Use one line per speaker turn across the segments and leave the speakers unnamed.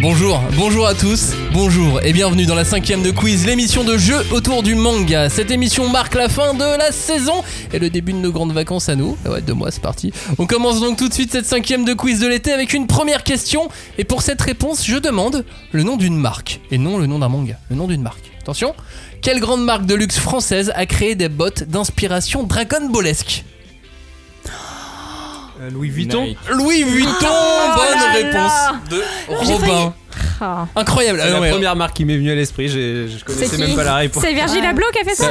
Bonjour, bonjour à tous, bonjour et bienvenue dans la cinquième de quiz, l'émission de jeu autour du manga. Cette émission marque la fin de la saison et le début de nos grandes vacances à nous. Ah Ouais, deux mois, c'est parti. On commence donc tout de suite cette cinquième de quiz de l'été avec une première question. Et pour cette réponse, je demande le nom d'une marque et non le nom d'un manga, le nom d'une marque. Attention, quelle grande marque de luxe française a créé des bottes d'inspiration Dragon Ballesque
Euh, Louis Vuitton
Nike.
Louis Vuitton,
Oh
bonne
là
réponse
là.
de
J'ai failli-
Robin.
Ah.
Incroyable.
C'est
Ah
la
ouais.
première marque qui m'est venue à l'esprit, j'ai- je connaissais
C'est
même
qui
pas la réponse.
C'est Virgil
Ouais.
Abloh qui a fait ça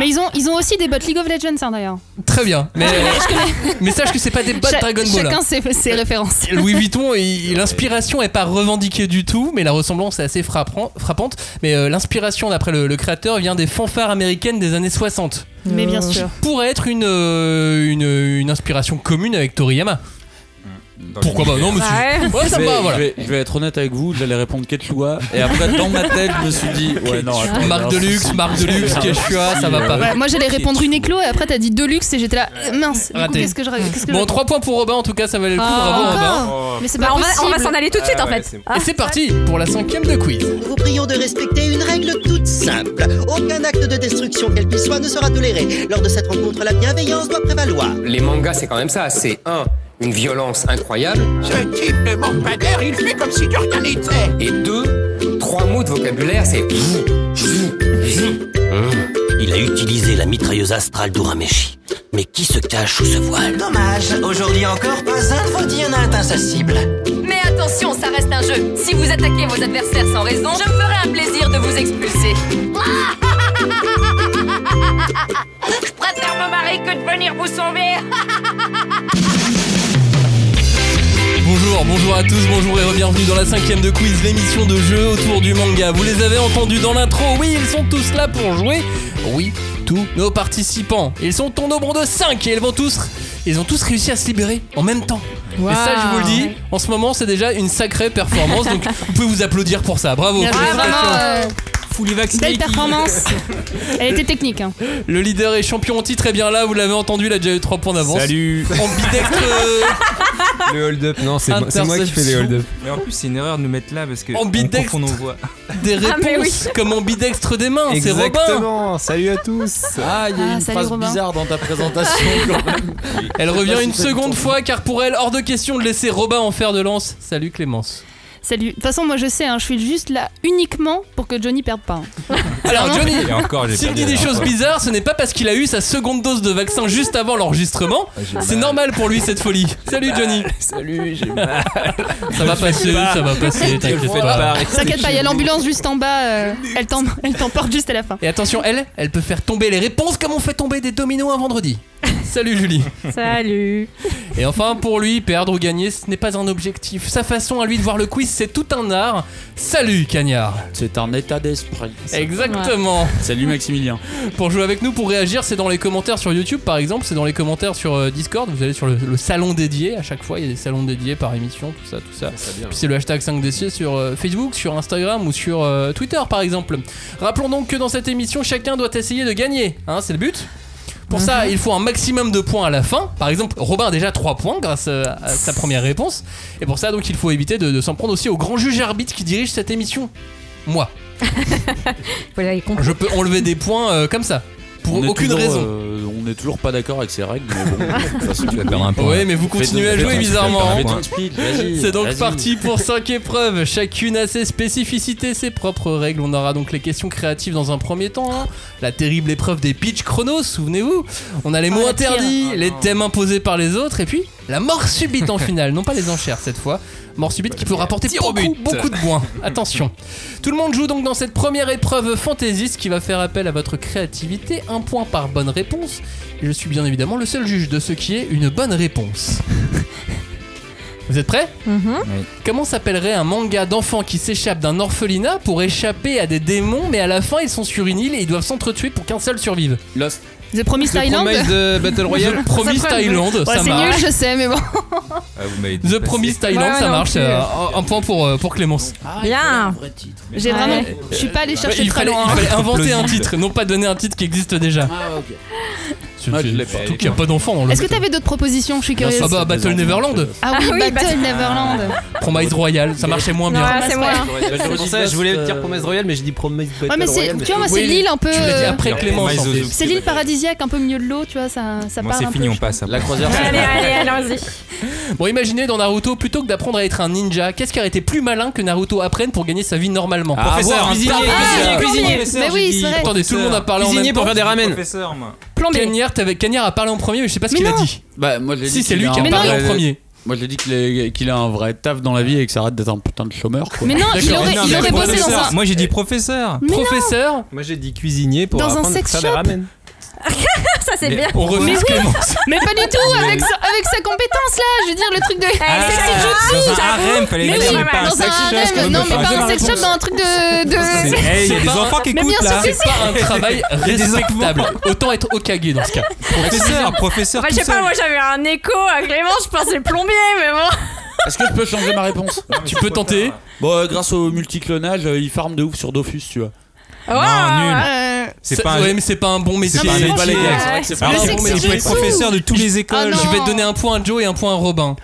Mais ils ont, ils ont aussi des bottes League of Legends hein, d'ailleurs.
Très bien. Mais, mais sache que c'est pas des bottes
Cha-
Dragon Ball. hein.
Chacun ses, ses références.
Louis Vuitton, il- l'inspiration est pas revendiquée du tout, mais la ressemblance est assez frappant- frappante. Mais euh, l'inspiration, d'après le, le créateur, vient des fanfares américaines des années 60,
Mais bien sûr.
pourrait être une, euh, une, une inspiration commune avec Toriyama. Pourquoi pas Non, mais c'est-
Ouais.
Ouais, ça
je,
me
vais,
va, voilà.
je vais- je vais être honnête avec vous, j'allais répondre Quechua et après dans ma tête je me suis dit ouais non attends,
Marc de luxe, marque de luxe, Quechua, ça va pas.
Ouais, moi j'allais répondre une éclo et après t'as dit Deluxe et j'étais là euh, mince. Du coup,
Raté.
qu'est-ce que je qu'est-ce que je
Bon,
réponds
3 points pour Robin, en tout cas, ça valait le coup.
Ah,
Bravo, Robin.
encore Mais c'est
Bah,
pas
on va, on va
possible.
s'en aller tout de suite en fait. Ah.
Et c'est parti pour la cinquième de quiz.
Nous vous prions de respecter une règle toute simple. Aucun acte de destruction, quel qu'il soit, ne sera toléré. Lors de cette rencontre, la bienveillance doit prévaloir.
Les mangas, c'est quand même ça. C'est un, une violence incroyable. Ce type ne manque pas d'air, il fait comme si de rien n'était. Et deux, trois mots de vocabulaire, c'est.
Il a utilisé la mitrailleuse astrale d'Urameshi. Mais qui se cache sous ce voile
Dommage, aujourd'hui encore, pas un de vos dieux n'a atteint sa cible.
Mais attention, ça reste un jeu. Si vous attaquez vos adversaires sans raison, je me ferai un plaisir de vous expulser. Je préfère me marier que de venir vous sauver.
Bonjour, bonjour à tous, bonjour et bienvenue dans la cinquième de quiz, l'émission de jeu autour du manga. Vous les avez entendus dans l'intro, oui, ils sont tous là pour jouer. Oui, tous nos participants. Ils sont au nombre de 5 et ils vont tous. Ils ont tous réussi à se libérer en même temps. Et ça, je vous le dis, en ce moment, c'est déjà une sacrée performance. donc, vous pouvez vous applaudir pour ça. Bravo.
Ouais, vraiment euh,
Fou les vaccins.
belle performance. Elle était technique. hein.
Le leader et champion en titre est bien là. Vous l'avez entendu, il a déjà eu 3 points d'avance. euh,
Salut
Ambidextre.
Le hold-up. Non, c'est moi c'est moi qui fais les hold-up. Mais en plus, c'est une erreur de nous mettre là parce que
on Ambidextre. confond nos
voix.
des réponses
Ah, mais oui.
comme ambidextre des mains, c'est Robin.
Exactement. Salut à tous.
Ah il y a
Ah,
une
salut,
phrase
Robin.
bizarre dans ta présentation quand même.
Elle revient
Là,
une
c'est pas du
seconde
tout.
fois car pour elle, hors de question de laisser Robin en fer de lance. Salut Clémence.
Salut. De toute façon, moi je sais, hein, je suis juste là uniquement pour que Johnny perde pas. hein.
Alors Johnny,
Et encore, j'ai
s'il dit des choses bizarres, ce n'est pas parce qu'il a eu sa seconde dose de vaccin juste avant l'enregistrement. C'est normal pour lui cette folie. Salut Johnny.
Ah, Salut, j'ai mal.
Ça va passer, ça va passer, t'inquiète pas.
T'inquiète pas, il y a l'ambulance juste en bas. euh, elle t'em- elle t'emporte juste à la fin.
Et attention, elle, elle peut faire tomber les réponses comme on fait tomber des dominos un vendredi. Salut Julie.
Salut.
Et enfin, pour lui, perdre ou gagner, ce n'est pas un objectif. Sa façon à lui de voir le quiz, c'est tout un art. Salut Cagnard.
C'est un état d'esprit.
Exactement.
Salut Maximilien.
Pour jouer avec nous, pour réagir, c'est dans les commentaires sur YouTube par exemple, c'est dans les commentaires sur euh, Discord, vous allez sur le, le salon dédié, à chaque fois il y a des salons dédiés par émission, tout ça, tout ça. Puis c'est le hashtag 5DC sur euh, Facebook, sur Instagram ou sur euh, Twitter par exemple. Rappelons donc que dans cette émission, chacun doit essayer de gagner, hein, c'est le but pour ça, il faut un maximum de points à la fin. Par exemple, Robin a déjà 3 points grâce euh, à sa première réponse. Et pour ça, donc, il faut éviter de, de s'en prendre aussi au grand juge arbitre qui dirige cette émission. Moi,
Vous l'avez compris.
je peux enlever des points euh, comme ça. Pour
On est
aucune
toujours,
raison.
euh, on n'est toujours pas d'accord avec ces règles, mais bon, de toute façon, tu vas
perdre un point.
Ouais, mais vous continuez à jouer bizarrement.
Fais
hein.
ton speed, vas-y,
C'est donc
vas-y.
parti pour 5 épreuves, chacune a ses spécificités, ses propres règles. On aura donc les questions créatives dans un premier temps, hein. la terrible épreuve des pitch chronos, souvenez-vous. On a les mots
la pire.
interdits, les thèmes imposés par les autres, et puis la mort subite en finale, non pas les enchères cette fois. Mort subite qui peut rapporter beaucoup, beaucoup de points. Attention. Tout le monde joue donc dans cette première épreuve fantaisiste qui va faire appel à votre créativité, un point par bonne réponse. Et je suis bien évidemment le seul juge de ce qui est une bonne réponse. Vous êtes prêts Comment s'appellerait un manga d'enfants qui s'échappent d'un orphelinat pour échapper à des démons, mais à la fin ils sont sur une île et ils doivent s'entretuer pour qu'un seul survive
Lost.
The Promised Island.
de Battle
The Promised
Ça me-
Island,
Ouais,
ça
c'est
marche.
nul, je sais, mais bon.
The Promised Island,
Ouais,
ça
non
marche.
plus.
euh, un, un point pour, euh, pour Clémence.
Ah, Bien.
J'ai
Ouais.
vraiment. Je suis pas allé chercher
il
très
fallait,
loin.
il
hein.
fallait inventer un
Plausible.
titre, non pas donner un titre qui existe déjà. C'est-
Ouais, Ah, je l'ai
c'est-
pas.
Surtout qu'il n'y a pas d'enfant. on le
Est-ce que
met-
t'avais d'autres propositions Je suis curieuse.
Ah bah Battle Neverland,
Ah oui,
Ah oui,
Battle
Battle-
Neverland.
Promise Royal, ça marchait moins bien.
Ah, c'est moi.
C'est pour ça que je voulais dire promesse royale, mais j'ai dit promesse
Ouais, mais c'est, tu vois, moi, c'est
Oui,
l'île un peu.
Tu l'as dit
euh,
après Clémence. en plus.
C'est l'île paradisiaque, un peu au milieu de l'eau, tu vois, ça, ça
Moi,
part.
c'est
un
fini,
peu.
on passe.
La croisière,
Allez, allez, allons-y.
Bon, imaginez dans Naruto, plutôt que d'apprendre à être un ninja, qu'est-ce qui aurait été plus malin que Naruto apprenne pour gagner sa vie normalement
Ah,
Professeur,
avoir un
cuisinier,
tarif.
cuisinier,
Ah,
cuisinier.
Mais oui, c'est vrai.
Attendez, tout le monde a parlé en
cuisinier
même
pour
temps.
faire des ramen.
Professeur, moi.
Plan B.
Cagnard, t'avais- Cagnard a parlé en premier, mais je sais pas ce
Mais
qu'il a
non.
dit.
Bah, moi, je l'ai
Si,
dit
c'est
qu'il
lui
a
qui a
un
Mais
parlé
non.
en
vrai-
premier.
Moi, je l'ai dit qu'il est- qu'il a un vrai taf dans la vie et que ça arrête d'être un putain de chômeur, quoi.
Mais non, il
D'accord.
aurait,
Non,
il
mais
aurait bossé dans
Professeur.
un.
Moi, j'ai dit professeur.
Mais non.
Professeur,
Moi j'ai dit cuisinier pour
Dans un
apprendre à
sex
faire des
shop.
ramen.
Ça, c'est
Mais
bien.
on
Mais
refuse
oui.
Clémence.
Mais pas du tout, avec sa, avec sa compétence là, je veux dire, le truc de.
Ah,
sex
c'est
shop.
gentil,
Dans un
j'avoue.
harem, fallait
Mais
le
oui,
dire, mais pas un
dans un
sex shop.
harem, non, mais pas un sex shop, dans un truc de. de...
C'est- Hey, il y a des enfants qui
Mais bien
écoutent
sûr
là.
que
C'est pas un travail respectable. Autant être Okage dans ce cas.
Professeur, professeur.
Enfin, je sais
tout
pas,
seul.
moi j'avais un écho à Clément, je pensais plombier, mais bon.
Est-ce que je peux changer ma réponse
Tu peux tenter.
Bon, euh, grâce au multiclonage, euh, il farme de ouf sur Dofus, tu vois.
Non, nul.
Euh,
C'est pas un.
Ouais, mais c'est pas un bon métier.
C'est pas un
Je
métier. Ah,
les gars,
c'est vrai
que c'est
pas-
Alors,
Le
on
sexe
peut être
joue.
professeur de toutes les écoles.
Ah non.
vais te donner un point à Joe et un point à Robin.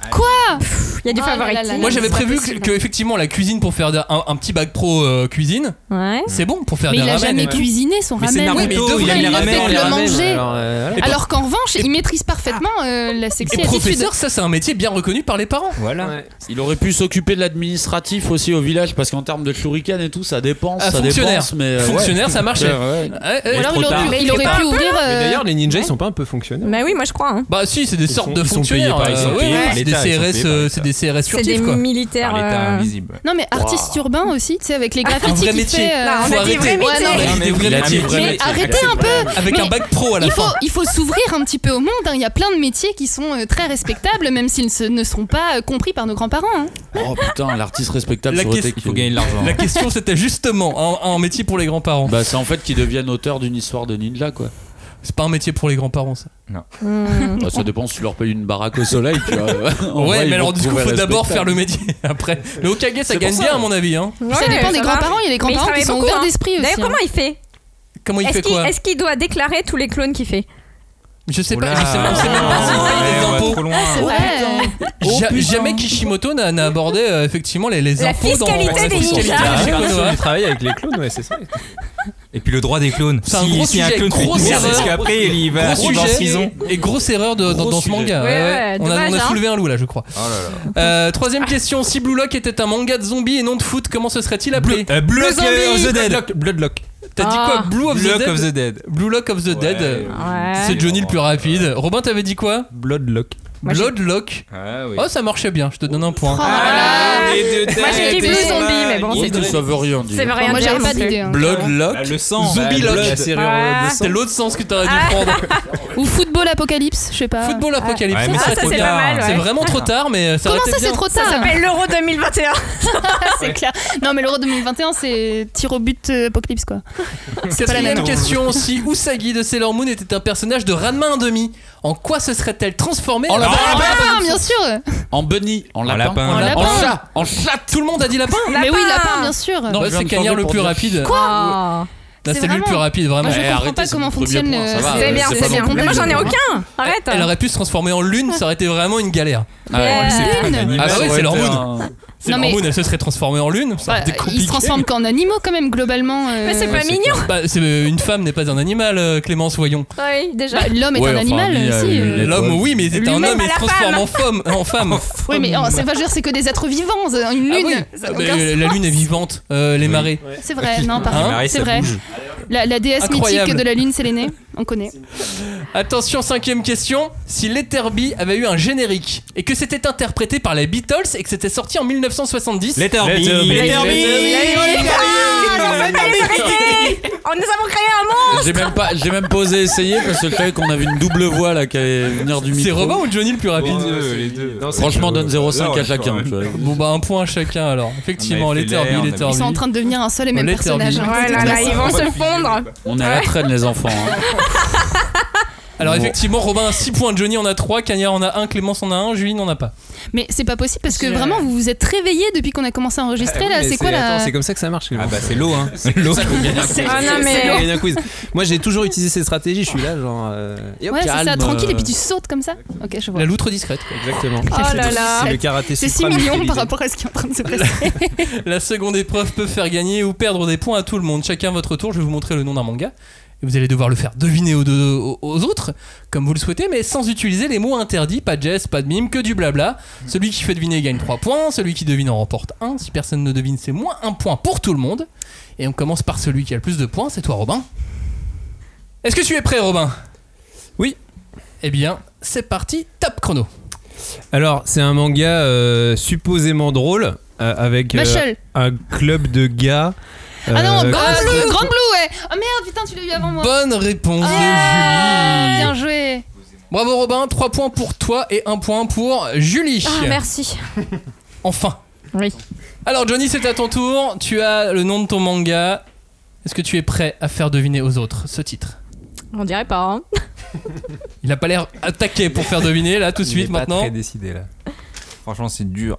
Il y a du
Ah là là
favoritisme.
là.
Moi j'avais
c'est pas
prévu que,
possible.
que, effectivement la cuisine pour faire de- un, un petit bac pro euh, cuisine,
Mm.
Ouais.
c'est bon pour faire
Mais
des
il a
ramen.
jamais cuisiné son
Mais c'est
ramen.
mais il
Naruto, il
devrait,
aime les
il le fait
ramen.
que
les
le
ramen.
manger.
Alors, euh, voilà.
Alors qu'en revanche, il maîtrise parfaitement euh, la
Et
sexualité.
professeur, ça c'est un métier bien reconnu par les parents.
Voilà.
Ouais.
Il aurait pu s'occuper de l'administratif aussi au village, parce qu'en termes de shuriken et tout, ça dépense,
Ah,
ça
fonctionnaire.
dépense, mais. euh, ouais.
Fonctionnaire, ça marchait. Eh,
Ouais, ouais.
Ouais, ouais.
Ou alors
trop
il aurait
tard.
pu, il
Mais
aurait
il est
pu ouvrir.
Mais
euh,
D'ailleurs, les ninjas, ils sont pas un peu fonctionnaires.
Bah oui, moi je crois. hein.
Bah si, c'est des sortes
sont-
de
ils sont
fonctionnaires.
payés par- ils sont
euh,
payés
ouais,
par
c'est des
l'État, ils sont
CRS,
payés par
euh,
l'État.
c'est des CRS
C'est des
furtifs quoi.
militaires.
Par l'état
euh,
invisible.
Non, mais artiste urbain aussi, tu sais, avec les
Ah, Un
graffitis
vrai
qu'il
métier.
fait. euh,
Non, on a dit vrai
Ouais, non,
métier.
mais-
Avec des
Il
vrais
a dit
métiers.
vrai
Mais
métier.
arrêtez un peu
Avec un
Mais
bac pro à la
il faut,
fin.
il faut s'ouvrir un petit peu au monde. hein. Il y a plein de métiers qui sont euh, très respectables, même s'ils se- ne seront pas euh, compris par nos grands-parents. hein.
Oh putain, l'artiste respectable
La
sur le
question-
tech. euh,
Il faut gagner de l'argent.
La question c'était justement un, un métier pour les grands-parents.
Bah, c'est en fait qu'ils deviennent auteurs d'une histoire de ninja, quoi.
C'est pas un métier pour les grands-parents ça.
hmm.
Bah, ça dépend si tu leur payes une baraque au soleil, tu vois. En
ouais,
vrai, ils
mais
vont
alors du coup
trouver
faut d'abord faire
respectable.
le métier après. Le Hokage ça
pour
gagne
ça.
bien à mon avis hein.
Ouais,
ça dépend des
va.
grands-parents. Il y a des
Mais il
grands-parents qui
travaille
sont
beaucoup,
ouverts
hein.
d'esprit aussi.
D'ailleurs, comment
hein.
il fait
Comment il
Est-ce
fait
qu'il
quoi
est-ce qu'il doit déclarer tous les clones qu'il fait
Je sais pas,
Oula. Ah,
je sais même, je sais même pas hein, s'il
Ouais,
paye des
on va
impôts.
trop loin.
C'est vrai.
Oh,
Ja-
putain.
jamais Kishimoto n'a n'a abordé euh, effectivement les, les
La
impôts dans-
fiscalité
dans la
des
fiscalité
Ah,
ninjas.
des Shikonoha.
J'ai travaillé avec les clones, ouais, c'est ça.
Et puis le droit des clones.
C'est un
Si-
gros
si un
sujet,
clone fait une
grosse
merde,
erreur.
Est-ce qu'après il va
Gros
il va en
sujet.
prison
Et grosse erreur de- dans,
Gros
dans ce
sujet.
manga.
Ouais, ouais,
on, a, on a
dommage, hein.
soulevé un loup là, je crois.
Oh là là.
Euh, troisième question si Blue Lock était un manga de zombies et non de foot, comment se serait-il appelé
Euh, Block
Le zombie.
euh, of the Dead.
Bloodlock. Bloodlock.
T'as dit
Ah.
quoi Blue of the
Block
Dead
of the Dead.
Blue Lock of the Dead. euh,
Ouais.
C'est Johnny le plus rapide. Robin, t'avais dit quoi
Bloodlock.
Moi, j'ai-
Bloodlock.
Ah oui.
Oh, ça marchait bien, je te donne un
Oh
Oh
point.
Ah, les deux
Moi j'ai dit
têtes.
bleu zombie, mais bon,
Ouais,
c'est
Oh, mais
tout.
ça veut rien dire.
Ça veut rien
Moi,
dire.
j'avais pas
non plus.
d'idée. hein.
Bah,
Bloodlock.
Le sang.
Zombie
Bah,
Lock.
Blood.
La série en
Ah.
le
C'était
sang.
l'autre sens que t'aurais
Ah.
dû prendre.
Ou football apocalypse, je sais pas.
Football apocalypse.
Ouais, mais
ça,
c'est
c'est
trop
trop
pas
tard.
mal, ouais.
C'est vraiment trop tard, mais euh, ça aurait
Ah.
été
Comment ça, c'est
bien.
trop
Ça
tard
s'appelle l'Euro 2021.
C'est clair. Non, mais l'Euro 2021, c'est tir au but euh, apocalypse, quoi.
C'est la même question. Si Usagi de Sailor Moon était un personnage de Ranma 1,5, en quoi se serait-elle transformée
En lapin.
Ah, bah, bien sûr
En bunny, en
En
lapin.
lapin.
En lapin.
En chat, en
Ah, Tout le monde a dit lapin
Mais oui, lapin, bien sûr
Non,
Ouais,
je viens
C'est
de
Cagnard
changer
le
pour
plus
dire-
rapide.
Quoi
Là,
C'est
C'est lui le
vraiment-
plus rapide, vraiment.
Moi, je
Eh,
comprends
arrêtez,
pas
c'est
comment
votre premier
fonctionne
point, ça
le-
va,
C'est
C'est
euh,
bien,
c'est
c'est
pas
bien.
non plus
Mais moi j'en ai
le-
aucun. Arrête.
hein.
Elle aurait pu se transformer en lune, ça aurait été vraiment une galère.
Ah ouais.
Ouais.
C'est pas un
Lune.
animal.
Ah bah oui,
ouais,
c'est leur
t'es
mood.
un-
Sailor
mais-
Moon, elle se serait transformée en lune, ça aurait
Bah,
été
ils se
compliqué.
transforment qu'en animaux, quand même, globalement. euh,
Mais c'est pas
c'est
mignon.
Bah, c'est- euh, une femme n'est pas un animal, euh, Clémence, voyons.
Ah Oui, déjà.
bah, L'homme est
Ouais,
un
enfin,
animal,
mis à
si.
une
euh,
lettre.
L'homme, oui, mais c'est un
Lui-même
homme,
à
il se
la
transforme en femme. En femme.
Oui, mais oh, c'est pas je veux dire, c'est que des êtres vivants. euh, Une
Ah
lune,
oui,
ça a
Ah, bah,
aucun
euh, la
sens.
lune est vivante, euh, les marées.
C'est vrai, non, par
Hein
contre,
Marie,
c'est
ça
vrai.
bouge.
La, la déesse
Incroyable.
mythique de la lune, Sélénée, on connaît.
Attention, cinquième question. Si Letterby avait eu un générique et que c'était interprété par les Beatles et que c'était sorti en 1970,
Letterby.
Letterby.
On Oh, nous avons créé un monde.
J'ai même pas, j'ai même posé essayer parce que je savais qu'on avait une double voix là qui allait venir du micro.
c'est Robin ou Johnny le plus rapide Euh,
les deux.
Non, c'est-
Franchement, donne 0,5
Là,
à
on
chacun.
est
tu vois.
Bon bah un point à chacun alors. Effectivement,
On avait fait l'air, on
Letterby,
avait-
Ils
Letterby.
sont en train de devenir un seul et même
Letter
personnage.
B.
hein, de toute
Voilà, là,
façon.
ils vont se fondre.
On est à la traîne les enfants. hein.
Alors
Bon.
effectivement, Robin a 6 points, Johnny en a 3, Cagnard en a 1, Clémence en a 1, Julie n'en a pas.
Mais c'est pas possible parce que
C'est-
vraiment vous vous êtes réveillé depuis qu'on a commencé à enregistrer là. C'est quoi la
comme ça que ça marche. Ah
bah c'est l'eau, hein.
C'est l'eau.
Ah non, mais-
C'est gagner un quiz. Moi j'ai toujours utilisé cette stratégie, je suis là genre. euh, et hop,
Ouais, c'est ça,
calme,
tranquille,
euh,
et puis tu sautes comme ça. Ok, je vois.
La loutre discrète.
Exactement.
Oh là là.
C'est le karaté
C'est 6
suprême
millions
utilisé.
par rapport à ce qui est en train de se passer.
La seconde épreuve peut faire gagner ou perdre des points à tout le monde. Chacun à votre tour, je vais vous montrer le nom d'un manga. Et vous allez devoir le faire deviner aux, deux- aux- aux autres, comme vous le souhaitez, mais sans utiliser les mots interdits, pas de gestes, pas de mime, que du blabla. Celui qui fait deviner gagne 3 points, celui qui devine en remporte 1. Si personne ne devine, c'est moins 1 point pour tout le monde. Et on commence par celui qui a le plus de points, c'est toi Robin. Est-ce que tu es prêt Robin
Oui.
Eh bien, c'est parti, top chrono.
Alors, c'est un manga euh, supposément drôle euh, avec euh,
Machel.
un club de gars.
Ah non,
euh,
Grand
qui-
Blue, Grand Blue, ouais. Oh merde, putain, tu l'as eu avant moi. Ah,
Bonne réponse de Julie.
Bien joué.
Bravo Robin, 3 points pour toi et 1 point pour Julie.
Ah, merci.
Enfin.
Oui.
Alors Johnny, c'est à ton tour. Tu as le nom de ton manga. Est-ce que tu es prêt à faire deviner aux autres ce titre
On dirait pas, hein.
Il a pas l'air attaqué pour faire deviner là tout de suite maintenant.
Très décidé là. Franchement, c'est dur.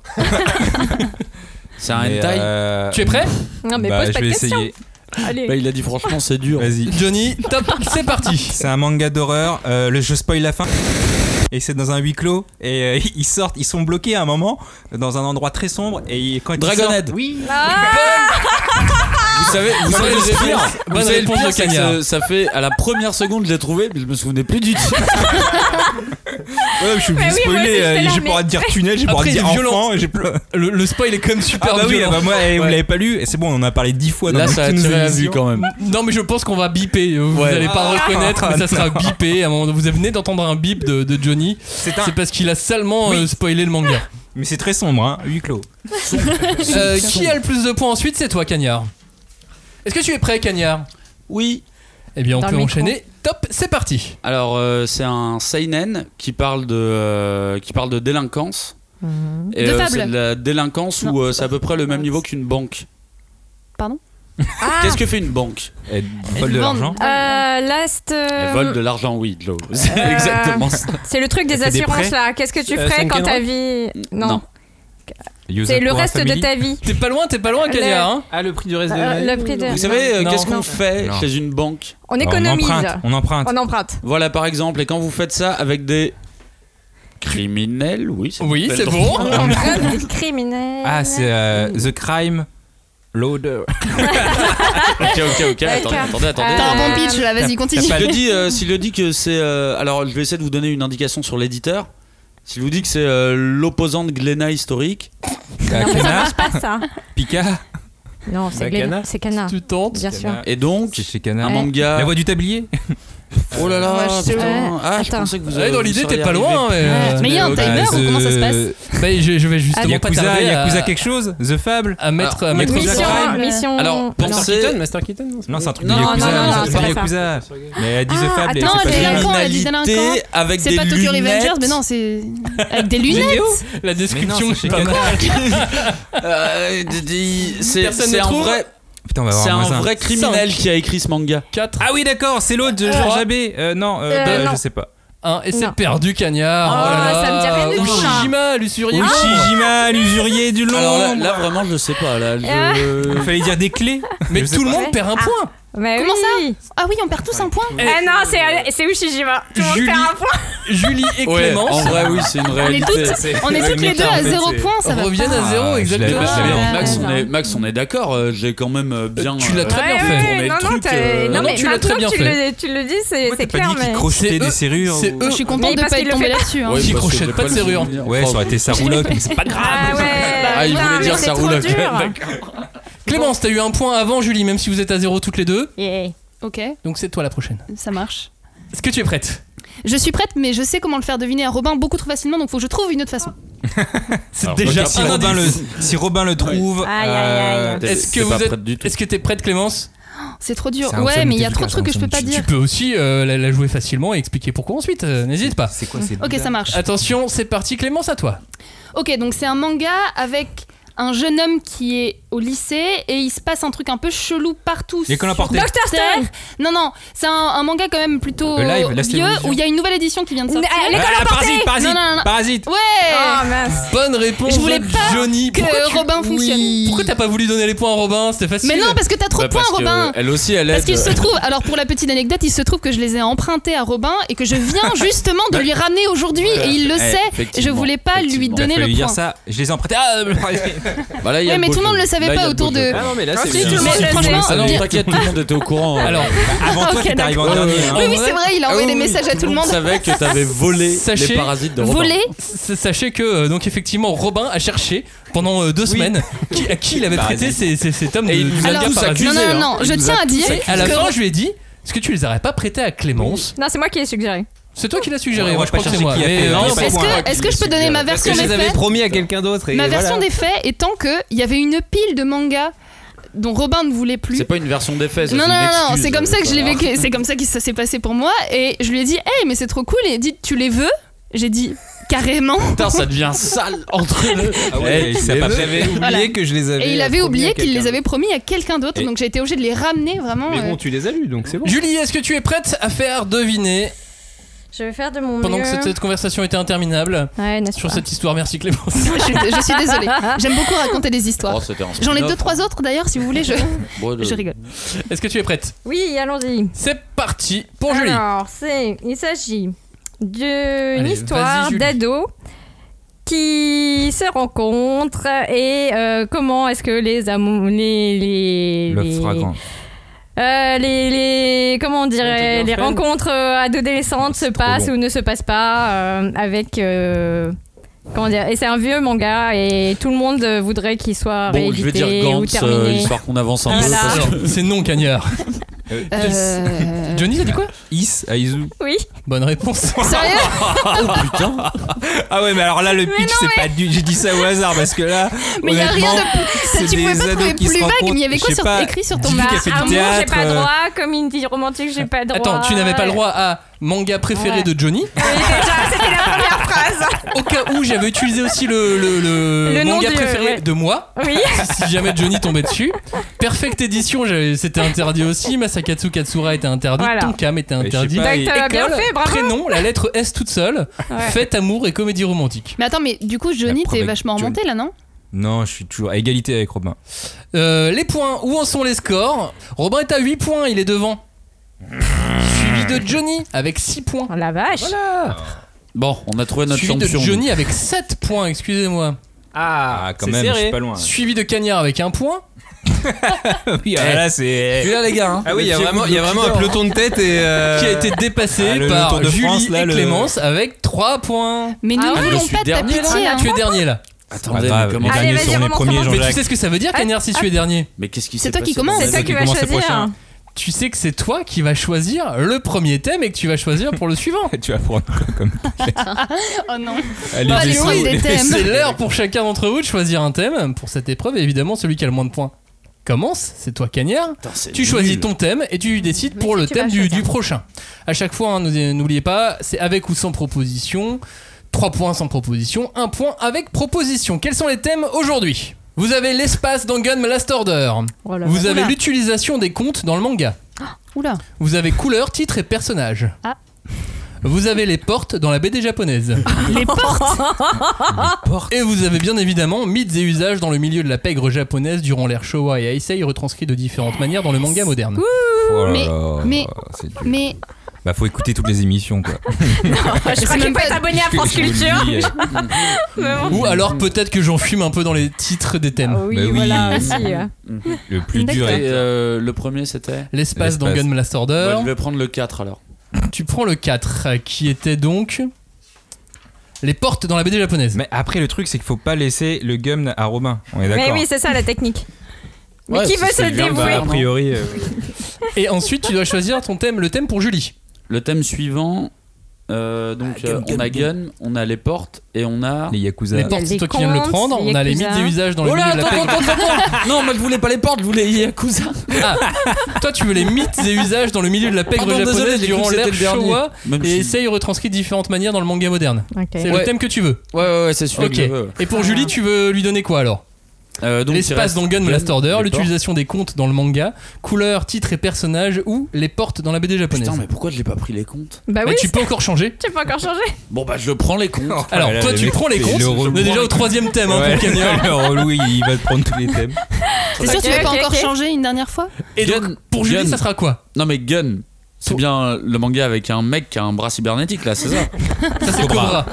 C'est un
Mais,
hentai.
euh,
Tu es prêt
Non, mais
bah,
pose
je
pas de
vais
questions.
essayer.
Allez.
Bah, il a dit franchement c'est dur.
Vas-y.
Johnny, top, c'est parti.
C'est un manga d'horreur. euh, le je spoil la fin. Et c'est dans un huis clos. Et euh, ils sortent, ils sont bloqués à un moment dans un endroit très sombre. Et ils- quand ils
Dragonhead.
sortent-
Oui.
Ah,
Vous savez, vous savez
réponse.
le pire. Vous
Bonne
savez le
réponse
pire,
de
c'est que
Cagnard.
ça- ça fait à la première seconde je l'ai trouvé, mais je me souvenais plus du titre.
Ouais, je
Mais
suis obligé de
oui, moi aussi,
spoiler.
j'étais
euh,
là,
J'ai pas le
mais-
droit de dire tunnel, j'ai pas le droit
Après,
de dire
il est violent.
enfant. et J'ai pleuré.
Le, le spoil est quand même
Ah
super
bah oui,
violent.
ah bah moi, eh, vous
Ouais.
l'avez pas lu. Et c'est bon, on en a parlé dix fois dans
Là,
toutes
ça a
nos
tiré à
émissions.
vue quand même.
Non mais je pense qu'on va biper. Euh, Vous
Ouais.
n'allez pas
Ah,
reconnaître, mais ça sera bipé. À un moment- Vous venez d'entendre un bip de, de Johnny.
C'est un-
C'est parce qu'il a salement
Oui.
euh, spoilé le manga.
Mais c'est très sombre, hein. Huis clos.
Euh, qui a le plus de points ensuite C'est toi, Cagnard. Est-ce que tu es prêt, Cagnard
Oui.
Eh bien, on
Dans
peut
le micro.
enchaîner. Top, c'est parti.
Alors euh, c'est un seinen qui parle de euh, qui parle de délinquance. Et,
De
euh,
fable.
c'est de la délinquance
Non,
où euh,
c'est
c'est à peu près le même
Ouais.
niveau qu'une banque.
Pardon
Ah.
Qu'est-ce que fait une banque
Elle vole de
Vendre.
l'argent.
ah. euh, last. euh,
Elle vole de l'argent, oui, de l'eau. C'est
Euh,
exactement ça.
C'est le truc des
fait des
assurances
prêts.
là. Qu'est-ce que tu
Euh,
ferais quand
Sunken
ta
Rock
vie. Non.
Non.
C'est le reste de ta vie.
T'es pas loin, t'es pas loin,
Le-
Cagnard. hein.
Ah, le prix du reste de
Euh,
la
le prix de.
Vous savez, euh,
Non.
qu'est-ce
Non.
qu'on fait
Non.
chez une banque
On
Alors,
économise.
On emprunte. On emprunte.
On emprunte.
Voilà, par exemple, et quand vous faites ça avec des criminels, oui, c'est
Oui, c'est bon.
On emprunte. Criminel.
Ah, c'est euh, The Crime Loader.
ok, ok, ok, attendez, attendez, attendez.
T'as un
Euh,
bon pitch là, vas-y, continue.
S'il le dit, euh, s'il le dit que c'est, euh, alors je vais essayer de vous donner une indication sur l'éditeur. S'il vous dit que c'est euh, l'opposant de Glénat historique,
Euh,
Non, mais ça
Cana,
marche pas ça.
Pika.
Non, c'est
Bah,
Glen-
Cana.
C'est Cana.
Tu tentes.
Bien sûr.
Cana.
et donc
C'est chez
un
Cana.
Ouais.
manga.
La voix du tablier.
Oh là
Ouais,
là,
je sais
putain.
pas.
Ah, je
Attends.
pensais que vous
Ouais,
avez.
dans l'idée, t'es pas loin. Mais, euh,
Mais il y a un
ok.
timer
Euh,
ou comment ça se passe
bah, je, je vais justement pas
Yakuza,
tarder
Yakuza
à,
quelque chose The Fable
à mettre, à
Ah,
mettre
oui.
ça.
Mission.
Crime.
Mission.
Alors,
Master
pensez.
Keaton, Master Keaton non, c'est
Non,
pas-
c'est un truc
Non,
de
non,
Yakuza.
non, non,
c'est
c'est
pas
pas
Yakuza. Mais elle dit The
Ah,
Fable et
attends,
c'est
elle
pas
est
Yakuza.
délinquant, elle dit délinquant.
Criminalité avec
C'est
des
pas Tokyo Revengers,
lunettes.
mais non, c'est. Avec des lunettes
La description,
c'est
c'est
chez
pas
Canal.
mal.
Euh, d- d- c'est
Personne
c'est
ne
un
trouve
vrai,
Putain, on va avoir
c'est un
moins
vrai criminel qui a écrit ce manga.
4,
Ah oui, d'accord, c'est l'autre de Georges
Trois.
Abbé. Euh, non, euh,
Euh,
bah,
non.
je sais pas.
1 et c'est
Non.
perdu, Cagnard.
Ah,
Oh là
ça me dit rien du
là.
tout.
Ushijima, l'usurier.
Ushijima, l'usurier du long.
Alors là, là, vraiment je sais pas là.
Il
Je...
fallait dire des clés.
Oh. Mais
Je sais
tout le
pas.
monde perd un point.
Mais
Comment
oui.
Ah oui, on perd tous un point
Ah non, c'est c'est Ushijima. Tout le monde
Julie.
perd un point.
Julie et
Ouais,
Clémence
en vrai oui, c'est une
On est
réalité.
toutes, on est toutes les deux à zéro point, ça va.
reviennent à
pas.
zéro,
Ah, je l'avais
Eh
exactement.
ben,
pas
c'est bien.
Ouais,
Max, on
ouais.
est, Max, on est d'accord. euh, J'ai quand même euh, bien.
Tu l'as très
euh,
bien
fait. Tourner
Eh Non,
le
non,
truc,
t'as-
euh,
non,
non,
mais
tu l'as
maintenant
très bien
tu
fait.
le- tu le dis, c'est
Pourquoi
c'est
t'as pas
clair,
dit
mais.
qu'il crochetait
C'est eux-
des serrures.
c'est
ou-
eux.
Je suis
Mais
contente de
parce
pas
qu'il
être
le
tombée
fait-
là-dessus. hein.
Ouais,
Qui
parce que
crochette
j'ai
pas de
le
serrure.
souvenir.
Ouais, ça aurait été ça roulotte, mais c'est pas grave.
Ah ouais.
Ah, il
putain,
voulait
mais
dire
c'est
ça
trop
roule.
dur.
Clémence, t'as eu un point avant Julie, même si vous êtes à zéro toutes les deux.
Yeah.
Ok,
Donc c'est toi la prochaine.
ça marche.
Est-ce que tu es prête
Je suis prête, mais je sais comment le faire deviner à Robin beaucoup trop facilement, donc faut que je trouve une autre façon.
C'est
Alors,
déjà
ok,
si,
un
Robin le,
indice.
si Robin ben, le trouve.
Aïe, aïe, aïe.
euh,
T'es-
Est-ce
t'es
que vous
pas
êtes-
prête du tout.
Est-ce que t'es prête Clémence
C'est trop dur.
C'est un
Ouais,
somme
mais il y a
du
trop de
cas,
trucs que
c'est
je
un
peux pas
somme du
Tu
dire.
peux aussi euh, la, la jouer facilement et expliquer pourquoi ensuite, euh, n'hésite pas.
C'est quoi, c'est
Ok, ça marche.
Attention, c'est parti Clémence à toi.
Ok, donc c'est un manga avec un jeune homme qui est au lycée et il se passe un truc un peu chelou partout.
L'école
sur
importée.
Terre. Non, non, c'est un, un manga quand même plutôt
Le live,
euh,
la
vieux
télévision.
où il y a une nouvelle édition qui vient de sortir.
Ah, l'école
Ah, parasite, parasite,
Non, non, non.
parasite.
Ouais
Ah mince.
Bonne réponse,
Je voulais pas
Johnny.
que
Pourquoi tu-
Robin fonctionne.
Pourquoi t'as pas voulu donner les points à Robin C'était facile.
Mais non, parce que t'as trop de points, Robin
Bah, Elle aussi, elle
Parce
aide.
qu'il se trouve, alors pour la petite anecdote, il se trouve que je les ai empruntés à Robin et que je viens justement de lui ramener aujourd'hui et il le
Eh,
sait. Je
effectivement,
voulais pas lui
effectivement.
donner
Il a fallu
le
dire
point.
ça, je les ai empruntés. Ah,
Bah là, il y a
Ouais, mais
beau
tout le monde
jeu.
le savait
Là, il y a
pas
le
autour
beau
de-
jeu.
Ah non, mais là,
Ah,
c'est.
si, tout le
bien.
monde
Mais
le
franchement,
sait.
Ah non,
bien-
t'inquiète, tout le monde était au courant.
Alors,
avant toi,
Ok,
t'es arrivé en
d'accord.
dernier.
Ouais,
hein.
Oui,
En
oui,
vrai,
c'est vrai, il a
ah
envoyé
oui,
des
oui,
messages à tout le
On
monde.
savait que t'avais volé
Sachez-
les parasites de Robin.
Volé
S- Sachez que euh, donc effectivement Robin a cherché pendant euh, deux semaines qui- à qui il
Bah,
avait prêté ces, ces, ces tomes
Et
de
il nous a
manga
Alors,
tous
parasites.
accusés.
non, non, non,
hein.
je
Il nous
tiens
a
à
tous
dire
accusés.
À la fin, je lui ai dit est-ce que tu les aurais pas prêtés à Clémence
Non, c'est moi qui ai suggéré.
C'est toi qui l'as suggéré,
Ouais,
moi
on va
je
pas
crois que c'est
chercher
moi.
qui a
Mais euh,
fait,
non,
hein,
c'est
pas
pas
Est-ce
moi.
que, est-ce que je peux donner ma version
Parce que je
des
les avais
faits
promis à quelqu'un d'autre. et
Ma
voilà.
version des faits étant que il y avait une pile de mangas dont Robin ne voulait plus.
C'est pas une version des faits. ça,
Non,
c'est
non,
une
non, non,
excuse, euh,
c'est comme ça que je l'ai
voilà.
vécu, c'est comme ça que ça s'est passé pour moi. Et je lui ai dit, hey, mais c'est trop cool. Et il a dit, tu les veux J'ai dit, carrément.
Putain, ça devient sale entre eux.
Ah ouais,
Eh,
il
tu
s'est
les
pas
veux
prévenu.
J'avais oublié
Voilà.
que je les avais.
Et il avait
euh, promis à
oublié qu'il
quelqu'un.
les avait promis à quelqu'un d'autre.
Et-
Donc j'ai été obligée de les ramener vraiment.
Mais
euh,
bon, tu les as lus, donc c'est bon.
Julie, est-ce que tu es prête à faire deviner
Je vais faire de mon
pendant
mieux.
que cette, cette conversation était interminable
Ouais, n'est-ce
sur
pas
cette histoire Merci Clémence.
je, suis, je suis désolée. J'aime beaucoup raconter des
Oh,
histoires.
c'était un
J'en ai
spin-off.
deux, trois autres d'ailleurs, si vous voulez. Je,
Bon,
euh,
de-
je rigole.
Est-ce que tu es prête
Oui, allons-y.
C'est parti pour Julie.
Alors, c'est, il s'agit d'une
Allez, vas-y,
histoire
Julie.
d'ados qui se rencontrent et euh, comment est-ce que les amours, les les
Le
les-
fragant.
euh, les, les- comment on dirait
Intervient
les
fan.
rencontres euh, adolescentes se
trop
passent
long.
ou ne se passent pas euh, avec euh, comment dire et c'est un vieux manga et tout le monde euh, voudrait qu'il soit
Bon, je vais dire
réédité ou
Gantz, euh,
terminé.
histoire qu'on avance un peu.
Voilà.
parce
Alors, C'est non cagnard.
Euh,
Johnny, t'as dit quoi
Is, Aizu.
oui.
Bonne réponse.
Sérieux
que- Putain,
Ah ouais, mais alors là, le pitch, c'est pas du. J'ai dit ça au hasard parce que là.
Mais il y a rien de
plus.
Tu pouvais pas trouver plus vague, mais il y avait quoi sur, écrit sur ton
Dis-lui
bar
qu'il a fait du
amour, Bah, j'ai
théâtre,
pas
euh,
droit. Comédie romantique, j'ai pas droit.
Attends, tu n'avais pas le droit à manga préféré
Ouais.
de Johnny.
Oui, déjà, c'était la première phrase.
Au cas où, j'avais utilisé aussi le, le, le
Le nom
manga
du-
préféré
ouais.
de moi,
Oui.
si si jamais Johnny tombait dessus. Perfect Edition, j'avais- c'était interdit aussi. Masakatsu Katsura était interdit.
Voilà.
Tonkam était
je sais
interdit.
pas,
Donc, t'as bien
École,
fait, bravo.
prénom, la lettre S toute seule.
Ouais.
Fête, amour et comédie romantique.
Mais attends, mais du coup, Johnny,
La
t'es
promesse-
vachement remonté là, non
Non, je suis toujours à égalité avec Robin.
Euh, les points, où en sont les scores Robin est à 8 points, il est devant. Suivi de Johnny avec 6 points.
Oh, la vache.
Bon, on a trouvé notre
Suivi de
champion.
Johnny avec 7 points, excusez-moi.
Ah,
Ah, quand même, je suis pas loin.
Suivi de Cagnard avec 1 point. Eh,
Oui, ah, là, c'est.
là les gars. hein.
Ah oui, il y a vraiment, il y a vraiment un peloton de tête et. euh,
qui a été dépassé
Ah, le- le
par
Tour de
Julie
France, là,
et
le-
Clémence avec 3 points.
Mais nous
Ah ouais,
ne
je
voulons
suis
pas de ta
dernier, là.
pitié.
Ah,
hein.
tu es dernier là.
Attendez, mais
Pas grave,
comment
les
Allez,
derniers
vas-y,
sont les
Romain,
premiers,
commence.
Mais tu
Jean-Jacques.
sais ce que ça veut dire, Cagnard, si tu es dernier
Mais qu'est-ce qui
C'est
s'est
toi qui
passé dans
commence.
la
C'est toi
vie
qui vas
commence le
choisir. hein.
prochain.
Tu sais que c'est toi qui vas choisir le premier thème et que tu vas choisir pour le suivant.
Tu vas prendre quoi comme.
Oh non.
Allez,
Pas
descends.
loin des thèmes.
C'est l'heure pour chacun d'entre vous de choisir un thème pour cette épreuve et évidemment celui qui a le moins de points. Commence, c'est toi Cagnard.
Putain, c'est
Tu choisis
nul.
ton thème et tu décides
Mais
pour
si
le
tu
thème
vas
du,
choisir.
du prochain. À chaque fois, hein, n'oubliez n'oubliez pas, c'est avec ou sans proposition. 3 points sans proposition, 1 point avec proposition. Quels sont les thèmes aujourd'hui Vous avez l'espace dans Gun Last Order.
Oh là
Vous
là.
avez
Oula.
l'utilisation des comptes dans le manga.
Oula.
Vous avez couleur, titre et personnage.
Ah.
Vous avez les portes dans la BD japonaise.
Les portes
Et vous avez bien évidemment mythes et usages dans le milieu de la pègre japonaise durant l'ère Showa et Heisei retranscrits de différentes manières dans le manga moderne.
Oh là
Mais-
là,
mais-
c'est dur.
Mais
Bah, faut écouter toutes les émissions, quoi.
Je crois qu'il faut être abonné à France
Je vous le
Culture.
dis, euh,
Vraiment.
Ou alors peut-être que j'en fume un peu dans les titres des thèmes.
oui,
Bah oui.
voilà aussi. euh. ouais.
Le plus dur
Et
est.
euh, le premier c'était
L'espace dans
L'espace.
Gun Last Order.
Bah, Je vais prendre le 4 alors.
Tu prends le 4 euh, qui était donc les portes dans la BD japonaise.
Mais après, le truc, c'est qu'il faut pas laisser le gum à Robin. On est
Mais
d'accord
oui, c'est ça la technique. Mais
Ouais,
qui
c'est-
veut
c'est
se
le lien,
dévouer
bah,
A priori. euh,
Et ensuite tu dois choisir ton thème, le thème pour Julie.
Le thème suivant. euh, donc
Ah, gun,
euh, on
gun,
a
gun.
gun, on a les portes et on a.
Les Yakuza.
les portes, c'est
les
toi qui viens de le
comptes,
prendre.
les
On a les mythes
Yakuza.
et usages dans le
Oh là,
milieu de la
attends,
pègre.
attends, attends, attends. Non, moi je voulais pas les portes, je voulais les Yakuza.
Toi tu veux les mythes et usages dans le milieu de la pègre
Ah, Pardon,
japonaise
désolé, j'ai cru
durant
que c'était
l'ère
le dernier.
Showa
Même
et
si-
essaye retranscrit de différentes manières dans le manga moderne.
Ok.
C'est le
Ouais.
thème que tu veux.
Ouais, ouais, ouais, c'est celui-là
Ok.
que je veux.
Et pour Julie, tu veux lui donner quoi alors
Euh, donc, il
L'espace
reste
dans Gun
Gun,
Last Order,
d'accord.
l'utilisation des comptes dans le manga, couleurs, titres et personnages ou les portes dans la BD japonaise.
Putain, mais pourquoi je l'ai pas pris les
Ah
comptes
Bah
Bah,
oui,
tu peux encore changer.
Oh
j'ai pas encore changé.
Bon, bah, je prends les comptes.
Alors,
là,
toi,
le
tu
mec
prends les
fait
comptes.
le
On est déjà au troisième thème hein, pour le cagnol.
Louis, il va te prendre tous les thèmes.
T'es sûr que tu
Ok,
vas pas
ok,
encore
ok.
changer une dernière fois
Et donc,
Gun-
pour Julie,
Gun.
ça sera quoi
Non, mais Gun, c'est
Pour-
bien euh, le manga avec un mec qui a un bras cybernétique, là, c'est ça
Ça, c'est Cobra.